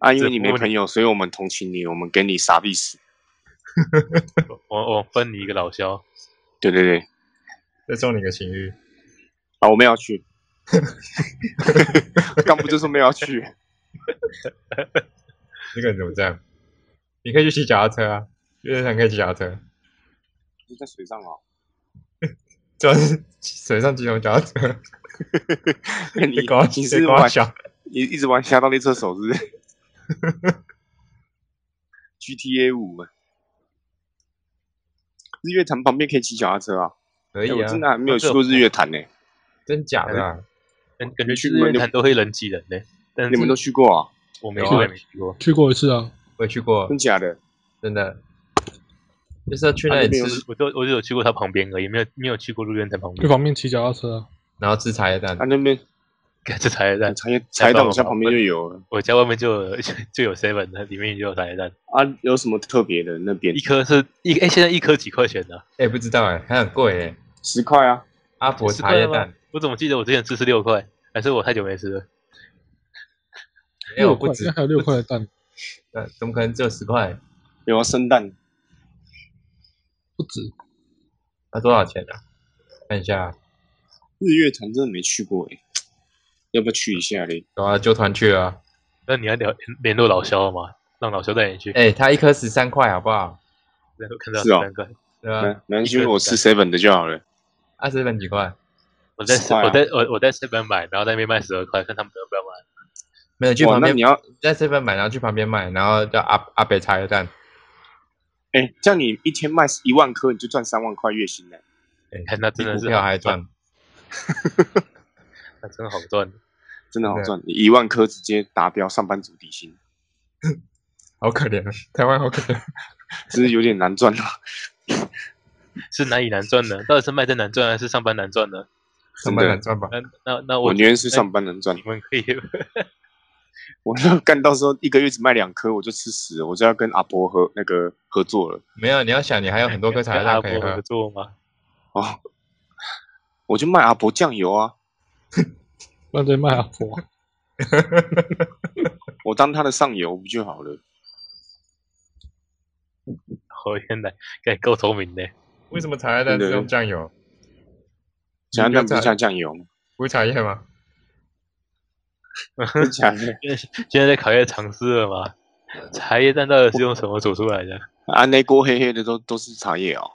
Speaker 2: 啊，因为
Speaker 1: 这
Speaker 2: 你
Speaker 1: 不
Speaker 2: 没
Speaker 1: 过
Speaker 2: 朋友，所以我们同情你，我们给你傻逼死。
Speaker 1: 我我分你一个老
Speaker 2: 哦
Speaker 1: 肖，
Speaker 2: 对对对，
Speaker 3: 再送你个情欲。
Speaker 2: 啊，我们要去。 [laughs] 刚不就说没有要去？
Speaker 3: 这个人怎么这样？你可以去骑脚踏车啊，月亮可以骑脚踏车，
Speaker 2: 就在水上哦。
Speaker 3: 主要是水上机动脚踏车。
Speaker 2: 你
Speaker 3: 别搞，
Speaker 2: 你
Speaker 3: 别
Speaker 2: 是
Speaker 3: 搞
Speaker 2: 玩
Speaker 3: 笑，
Speaker 2: 你一直玩侠盗猎车手是不是
Speaker 3: [laughs]
Speaker 2: ？GTA 五，日月潭旁边可以骑脚踏车啊！
Speaker 3: 可以
Speaker 2: 哎我
Speaker 3: 啊，
Speaker 2: 真的还没有去过日月潭呢、
Speaker 3: 真假的啊？
Speaker 1: 感感觉
Speaker 2: 去
Speaker 1: 去
Speaker 2: 过
Speaker 1: 日
Speaker 2: 你
Speaker 1: 月潭都会人挤人呢、但是
Speaker 2: 你们都去过啊？
Speaker 1: 我没
Speaker 3: 有
Speaker 1: 去
Speaker 3: 啊
Speaker 1: 过，也没去过。
Speaker 4: 去过一次啊，
Speaker 3: 我也去过，
Speaker 2: 真假的？
Speaker 3: 真的，就是要去
Speaker 1: 啊
Speaker 3: 那
Speaker 1: 没
Speaker 3: 里
Speaker 1: 有
Speaker 3: 吃，
Speaker 1: 我就我就有去过他旁边而已，没有没有去过日月潭旁
Speaker 4: 去
Speaker 1: 边。
Speaker 4: 旁边骑脚踏车啊。
Speaker 3: 然后吃茶叶蛋
Speaker 2: 啊，。那边
Speaker 1: 这茶叶蛋，
Speaker 2: 茶叶茶叶蛋我家旁边就有了
Speaker 1: 我家外面就有 [laughs] 就有 seven 的，里面就有茶叶蛋，
Speaker 2: 啊，有什么特别的？那
Speaker 1: [laughs]
Speaker 2: 边
Speaker 1: 一颗是一哎、现在一颗几块钱呢、啊？
Speaker 3: 哎，不知道哎，还很贵哎。
Speaker 2: 十块啊，
Speaker 3: 阿婆茶叶
Speaker 1: 10块吗
Speaker 3: 蛋，
Speaker 1: 我怎么记得我之前吃是六块，还是我太久没吃了？
Speaker 3: 没有
Speaker 4: 六
Speaker 3: 哎
Speaker 4: 块
Speaker 3: 不止
Speaker 4: 应该还有六块的蛋，
Speaker 3: 呃怎么可能只有十块？
Speaker 2: 有啊，生蛋
Speaker 4: 不止。
Speaker 3: 那多少钱啊？看一下，啊
Speaker 2: 日月潭真的没去过哎、要不要去一下嘞？
Speaker 3: 有啊，就团去啊。
Speaker 1: 那你要联联络老肖嘛，让老肖带你去。
Speaker 3: 哎，它一颗十三块，好不好？
Speaker 1: 那我看到
Speaker 2: 是哦
Speaker 1: 三块，
Speaker 3: 对啊吧？
Speaker 2: 没没关系，我吃 seven 的就好了。
Speaker 3: 二十本几块？
Speaker 1: 我在
Speaker 2: 10块啊
Speaker 1: 我在我我在 seven 买，然后在那边卖十二块，看他们要不要买。
Speaker 3: 没有去
Speaker 2: 哇，
Speaker 3: 旁
Speaker 2: 那
Speaker 3: 边
Speaker 2: 你，要
Speaker 3: 在这边买，然后去旁边卖，然后叫阿阿北茶叶蛋。
Speaker 2: 哎、这样你一天卖一万颗，你就赚三万块月薪呢、
Speaker 1: 看那真的
Speaker 3: 比
Speaker 1: 是
Speaker 3: 股票还赚，
Speaker 1: 哎那真的好赚。
Speaker 2: 真的好赚，你一万颗直接达标上班族底薪，
Speaker 3: 好可怜，啊台湾好可怜。
Speaker 2: 真是有点难赚了。
Speaker 1: 是哪里难赚呢？到底是卖在难赚，还是上班难赚呢？
Speaker 3: 上班难赚吧？
Speaker 1: 那那那
Speaker 2: 我
Speaker 1: [laughs] 我哎
Speaker 2: 宁愿去上班能赚
Speaker 1: 你，们可以 [laughs]
Speaker 2: 我要干到时候一个月只卖两颗，我就吃屎了，我就要跟阿婆合那个合作了
Speaker 3: 没有，你要想，你还有很
Speaker 1: [laughs]
Speaker 3: 多颗茶叶
Speaker 1: 跟阿
Speaker 3: 蛋可以
Speaker 1: 伯合
Speaker 3: 喝。
Speaker 1: 作吗？
Speaker 2: 哦。我就卖阿婆酱油啊，
Speaker 4: 那在卖阿婆啊，
Speaker 2: 我当他的上游不就好了？
Speaker 1: 我哦原来该够聪明的，
Speaker 3: 为什么茶叶蛋只用酱油？
Speaker 2: 想要
Speaker 3: 你没有
Speaker 2: 蛋不是
Speaker 3: 在
Speaker 2: 加酱
Speaker 1: [laughs]
Speaker 2: 油吗？
Speaker 3: 不是茶叶吗？
Speaker 2: 真假的？
Speaker 1: 现在在考验尝试了吗？茶叶蛋到底是用什么煮出来的？
Speaker 2: 啊，那锅黑黑的都都是茶叶哦。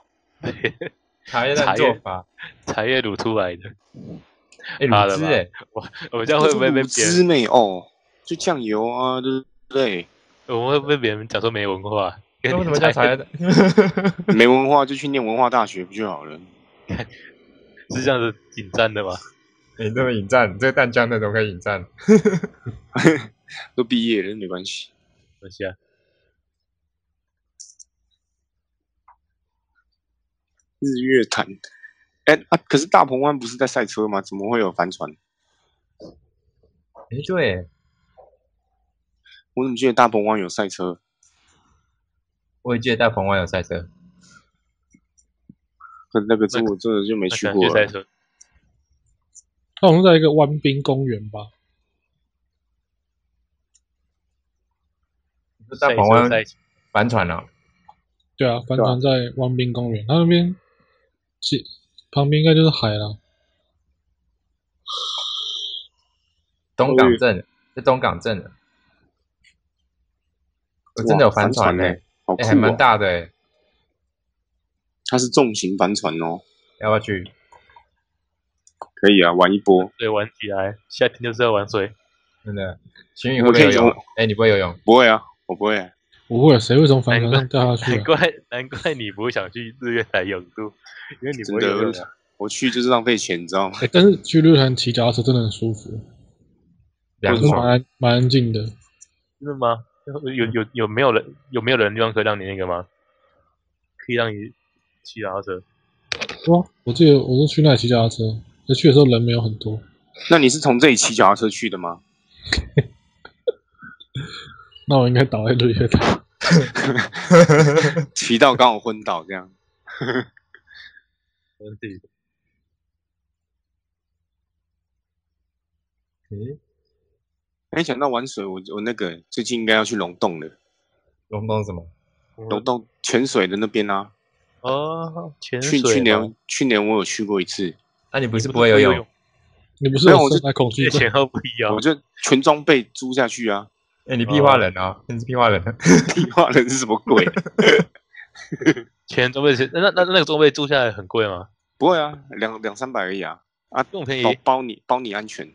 Speaker 3: 茶叶蛋做法，
Speaker 1: 茶叶卤出来的，
Speaker 3: 哎，
Speaker 1: 好
Speaker 3: 卤
Speaker 1: 了
Speaker 3: 汁
Speaker 1: 吧
Speaker 3: 哎，
Speaker 1: [laughs] 我们这样会不会被
Speaker 2: 这
Speaker 1: 别
Speaker 2: 是卤汁
Speaker 1: 人？
Speaker 2: 妹哦？就酱油啊，对不对？
Speaker 1: 我们会不会被别人讲说没文化？跟
Speaker 3: 那为什
Speaker 1: 你
Speaker 3: 么叫茶叶蛋？
Speaker 2: 没文化就去念文化大学不就好了？
Speaker 1: [laughs] 是这样子引战的吗？
Speaker 3: 你哎这么引战，你这个蛋浆的都可以引战。
Speaker 2: 都毕业了没关系。
Speaker 1: 我想
Speaker 2: 日月潭，哎、啊，可是大鹏湾不是在赛车吗？怎么会有帆船？
Speaker 3: 哎，对，
Speaker 2: 我怎么记得大鹏湾有赛车？
Speaker 3: 我也记得大鹏湾有赛车，
Speaker 2: 可那个之我真的就没
Speaker 1: 我
Speaker 2: 去
Speaker 1: 想
Speaker 2: 过
Speaker 1: 去赛
Speaker 2: 了。
Speaker 1: 车，
Speaker 4: 它好像在一个湾滨公园吧？
Speaker 3: 大
Speaker 1: 赛
Speaker 3: 鹏
Speaker 1: 车
Speaker 3: 湾
Speaker 1: 赛车
Speaker 3: 帆船啊，
Speaker 4: 对啊，帆船在湾滨公园，它那边其旁边应该就是海了。
Speaker 3: 东港镇，在东港镇的，我真的有
Speaker 2: 哇帆
Speaker 3: 船
Speaker 2: 呢、
Speaker 3: 哎，
Speaker 2: 好酷、
Speaker 3: 哎，
Speaker 2: 哦
Speaker 3: 还蛮大的哎，
Speaker 2: 它是重型帆船哦，
Speaker 3: 要不要去？
Speaker 2: 可以啊，玩一波。
Speaker 1: 对，玩起来，夏天就是要玩水。
Speaker 3: 真的，秦宇会不
Speaker 2: 我可
Speaker 3: 会游
Speaker 2: 以
Speaker 3: 泳
Speaker 2: 从？
Speaker 3: 哎，你不会游泳？
Speaker 2: 不会啊，我不会、啊。
Speaker 4: 不会，谁会从帆船上掉下去
Speaker 1: 难
Speaker 4: 啊？
Speaker 1: 怪难怪你不会想去日月潭泳渡，因为你不会游泳
Speaker 2: 真
Speaker 1: 啊。
Speaker 2: 我去就是浪费钱，你知道吗？ [laughs]
Speaker 4: 哎、但是去日月潭骑脚踏车真的很舒服，
Speaker 3: 凉
Speaker 4: 是
Speaker 3: 爽，
Speaker 4: 蛮蛮安静的。
Speaker 1: 真的吗？有有有没有人有没有人地方可以让你那个吗？可以让你骑脚踏车？
Speaker 4: 哇，我记得我是去那里骑脚踏车，那去的时候人没有很多。
Speaker 2: 那你是从这里骑脚踏车去的吗？
Speaker 4: 那我应该倒在日月潭。
Speaker 2: 骑到刚好昏倒这样。
Speaker 1: 我自己
Speaker 3: 诶，
Speaker 2: 没想到玩水，我我那个最近应该要去龙洞了，
Speaker 3: 龙洞什么？
Speaker 2: 龙洞泉水的那边啊。
Speaker 1: 嗯哦，潜水
Speaker 2: 去去
Speaker 1: 吗
Speaker 2: 年去年我有去过一次，
Speaker 3: 那、啊你不是不会游泳？，
Speaker 4: [laughs] 你不是
Speaker 2: 没有
Speaker 4: 有
Speaker 2: 我就
Speaker 4: 生来恐惧
Speaker 1: 这
Speaker 4: 症？
Speaker 1: 前后不一样
Speaker 2: [laughs] 我。就全装备租下去啊。
Speaker 3: 哎、你屁话人啊！你是屁话人、
Speaker 2: [laughs] 屁话人是什么鬼？
Speaker 1: 前装备是那那那那个装备租下来很贵吗？
Speaker 2: 不会啊，两两三百而已啊，
Speaker 1: 这么便宜，
Speaker 2: 包包你包你安全。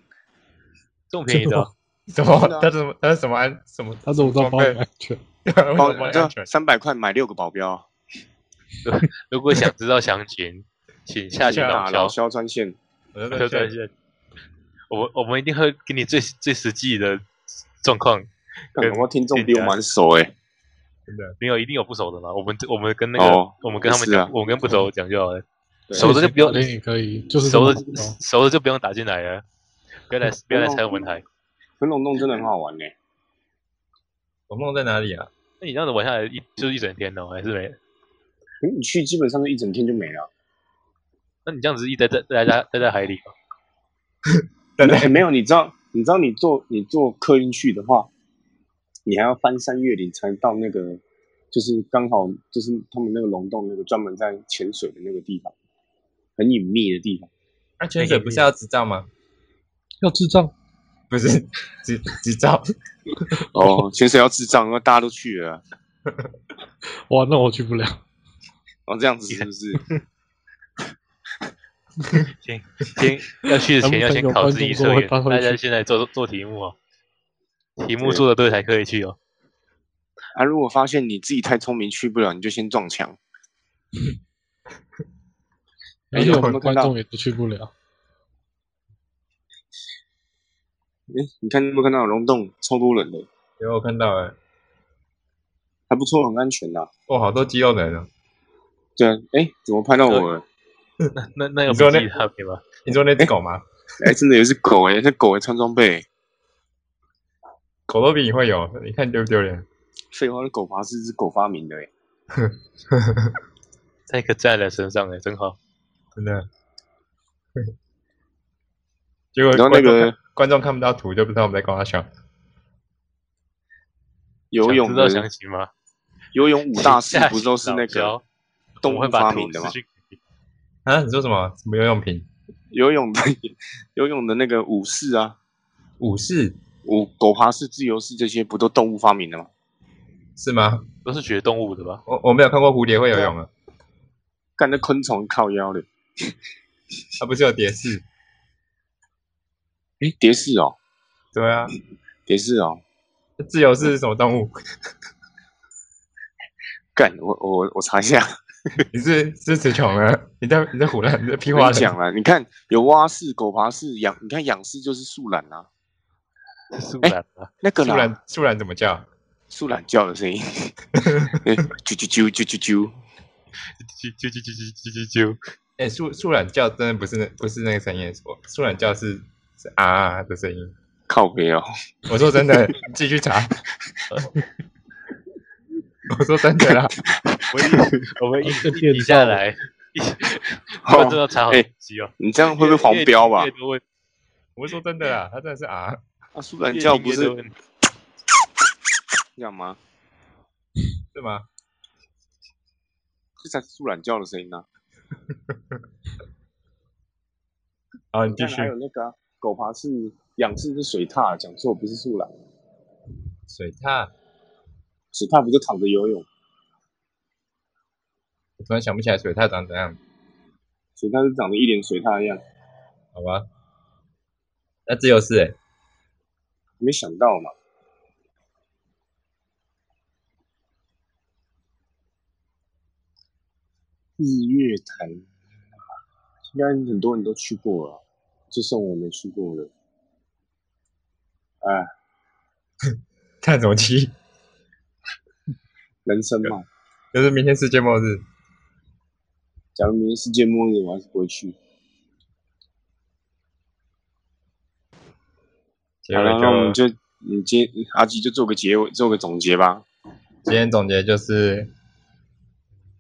Speaker 1: 这么便宜的哦，
Speaker 3: [laughs] 什么
Speaker 2: 真的啊？
Speaker 3: 他怎么？他是什么安？什么？ [laughs]
Speaker 4: 他怎么知道包
Speaker 3: 装
Speaker 4: 你安全？
Speaker 3: 备？为什
Speaker 2: 包
Speaker 3: 么帮你安
Speaker 2: 这？
Speaker 3: 全
Speaker 2: 三百块买六个保镖，
Speaker 1: [laughs] 如果想知道详 [laughs] 情，请下去啊
Speaker 3: 下
Speaker 1: 老
Speaker 2: 打
Speaker 1: 肖 [laughs]
Speaker 2: 老。肖专线，
Speaker 3: 我
Speaker 1: 对
Speaker 3: 在
Speaker 1: 对
Speaker 3: 想，
Speaker 1: 对，我们我们一定会给你最最实际的状况。
Speaker 2: 看
Speaker 1: 对
Speaker 2: 有没有听众比我们熟哎。
Speaker 3: 真的
Speaker 1: 没有，一定有不熟的啦。我们我们跟那个、
Speaker 2: 哦
Speaker 1: 我们跟他们
Speaker 2: 是啊
Speaker 1: 讲，我们跟不熟讲就好了。
Speaker 2: 对
Speaker 1: 熟的就不用，
Speaker 4: 你可以，就是这
Speaker 1: 熟
Speaker 4: 么
Speaker 1: 的
Speaker 4: 不高
Speaker 1: 熟的就不用打进来了。不要来不要来拆我们台。
Speaker 2: 可龙洞真的很好玩呢。欸
Speaker 3: 龙洞在哪里
Speaker 2: [laughs]
Speaker 3: 啊？
Speaker 1: 那你这样子玩下来一就是一整天哦，还是没？
Speaker 2: 可是你去基本上是一整天就没了。
Speaker 1: 那你这样子一直在在待在待在海里吗，
Speaker 3: 对 [laughs]
Speaker 2: 哎，没有，你知道你知道你坐你坐客运去的话，你还要翻山越岭才到那个，就是刚好就是他们那个龙洞那个专门在潜水的那个地方，很隐秘的地方。
Speaker 3: 那潜水不是要执照吗？
Speaker 4: 要智障，
Speaker 3: 不是执执照，
Speaker 2: 哦，潜水要智障，因为大家都去了啊。
Speaker 4: 哇，那我去不了。
Speaker 2: 哦，这样子是不是？
Speaker 1: 先先要去之前要先考自己测验。
Speaker 4: 咱们朋友观众说会搬回
Speaker 1: 大
Speaker 4: 去
Speaker 1: 家现在做做题目哦，题目
Speaker 2: 对
Speaker 1: 做的对才可以去哦。
Speaker 2: 啊，如果发现你自己太聪明去不了，你就先撞墙。哎
Speaker 4: 而且
Speaker 2: 有
Speaker 4: 我
Speaker 2: 没
Speaker 4: 们
Speaker 2: 有
Speaker 4: 观
Speaker 2: 看到
Speaker 4: 众也都去不了。
Speaker 2: 诶，你看你有没有看到龙洞超多人的，
Speaker 3: 有我看到了，
Speaker 2: 还不错，很安全呐、
Speaker 3: 哇，好多肌肉人哦！
Speaker 2: 对啊，诶，怎么拍到我了？
Speaker 1: 那那那有
Speaker 3: 你说
Speaker 1: 笔
Speaker 3: 那
Speaker 1: 记差别吗？
Speaker 3: 你说那只狗吗？
Speaker 2: 诶，真的有一只狗诶，那狗还穿装备。
Speaker 3: 狗都比你会游，你看丢不丢脸？
Speaker 2: 废话，那狗爬是只狗发明的诶。
Speaker 1: 那个在了身上哎，真好。
Speaker 3: 真的。 [laughs] 结果
Speaker 2: 然后那
Speaker 3: 观众
Speaker 2: 个
Speaker 3: 看观众看不到图，就不知道我们在跟他笑。
Speaker 2: [laughs] 游
Speaker 1: 想
Speaker 2: 泳
Speaker 1: 知道
Speaker 2: 的
Speaker 1: 详情吗？
Speaker 2: 游泳五大士
Speaker 1: 下
Speaker 2: 不都是那
Speaker 1: 集老
Speaker 2: 个
Speaker 1: 肖
Speaker 2: 动
Speaker 1: 我
Speaker 2: 物
Speaker 1: 会把
Speaker 2: 发
Speaker 1: 图
Speaker 2: 明的
Speaker 1: 私
Speaker 2: 吗？
Speaker 1: 讯给你
Speaker 3: 啊，你说什么？什么游泳瓶？
Speaker 2: 游泳的游泳的那个武士啊，
Speaker 3: 武士
Speaker 2: 武狗爬式、自由式这些不都动物发明的吗？
Speaker 3: 是吗？
Speaker 1: 都是学动物的吧？
Speaker 3: 我我没有看过蝴蝶会游泳啊，
Speaker 2: 干那昆虫靠腰的，
Speaker 3: 它啊不是有蝶式？
Speaker 2: 诶，蝶式哦，
Speaker 3: 对啊，
Speaker 2: 蝶式哦，
Speaker 3: 自由式是什么动物？
Speaker 2: 干，我我我查一下，
Speaker 3: 你是是词穷了？你在你在胡乱，你在屁
Speaker 2: 我跟
Speaker 3: 话
Speaker 2: 你讲了，你看有蛙式、狗爬式、仰，你看仰式就是树懒啊，
Speaker 1: 是不然啊，
Speaker 2: 那个
Speaker 3: 树
Speaker 2: 啦，
Speaker 3: 懒树懒怎么叫？
Speaker 2: 树懒叫的
Speaker 3: [laughs]
Speaker 2: 声音，欸啾啾啾啾啾啾，
Speaker 1: 啾啾啾啾啾啾啾。
Speaker 3: 哎、树树懒叫真的不是那不是那个声音，我树懒叫是是啊啊啊的声音。
Speaker 2: 靠背哦，
Speaker 3: 我说真的， [laughs] 你继续查。我说真的啦，
Speaker 1: 我们我
Speaker 4: [laughs]
Speaker 1: 们一一比哎下来，一
Speaker 3: 啊
Speaker 1: 观众
Speaker 2: 哦
Speaker 1: 要查好
Speaker 2: 哎
Speaker 1: 时机哦。
Speaker 2: 你这样会不会黄标吧
Speaker 1: 越？多问
Speaker 3: 我说真的啦，他真的是啊。
Speaker 2: 啊，树懒叫不
Speaker 1: 越
Speaker 2: 是
Speaker 1: 多问
Speaker 2: 这样吗？
Speaker 3: 是吗？
Speaker 2: 这才是树懒叫的声音啊。
Speaker 3: 好，你
Speaker 2: 你
Speaker 3: 继
Speaker 2: 看
Speaker 3: 续
Speaker 2: 还。有那个啊狗爬式、仰式是水獭，讲错不是树懒，
Speaker 3: 水獭，
Speaker 2: 水獭不就躺着游泳？
Speaker 3: 我突然想不起来水獭长怎样，
Speaker 2: 水獭是长得一脸水獭一样，
Speaker 3: 好吧？那自由式、欸，
Speaker 2: 没想到嘛。日月潭，应该很多人都去过了，就剩我没去过了。哎，
Speaker 3: [laughs] 看什么鸡？
Speaker 2: 人生嘛，
Speaker 3: 就是明天世界末日，
Speaker 2: 假如明天世界末日，我还是不会去。
Speaker 3: 结
Speaker 2: 好
Speaker 3: 尾
Speaker 2: 了，那我们
Speaker 3: 就
Speaker 2: 啊嗯就你接阿基就做个结尾，做个总结吧。
Speaker 5: 今天总结就是，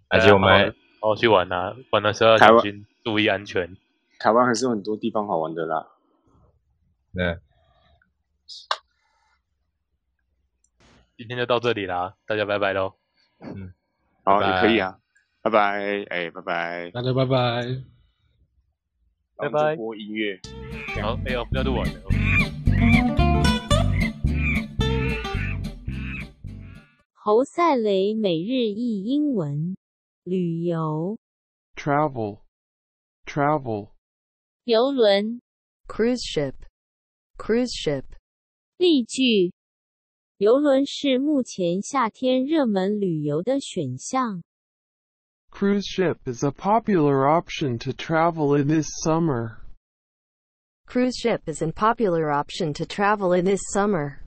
Speaker 5: 而且我们
Speaker 1: 哎好好去玩啊，玩的时候要
Speaker 2: 台
Speaker 1: 小
Speaker 2: 湾
Speaker 1: 心，注意安全。
Speaker 2: 台湾还是有很多地方好玩的啦。
Speaker 5: 嗯，
Speaker 1: 今天就到这里啦，大家拜拜喽。
Speaker 2: 好，
Speaker 5: 拜
Speaker 2: 也
Speaker 5: 拜
Speaker 2: 可以啊，拜拜，哎，拜拜，
Speaker 4: 大家拜拜。
Speaker 1: 拜拜
Speaker 2: 然后就播音乐。
Speaker 1: 好，哎呦，不要录完了。
Speaker 6: 侯赛雷每日一英文，旅游、
Speaker 7: travel, travel,
Speaker 6: 游轮、
Speaker 8: cruise ship, cruise ship,
Speaker 6: 例句。游轮是目前夏天热门旅游的选项。
Speaker 7: cruise ship is a popular option to travel in this summer.
Speaker 8: cruise ship is an popular option to travel in this summer.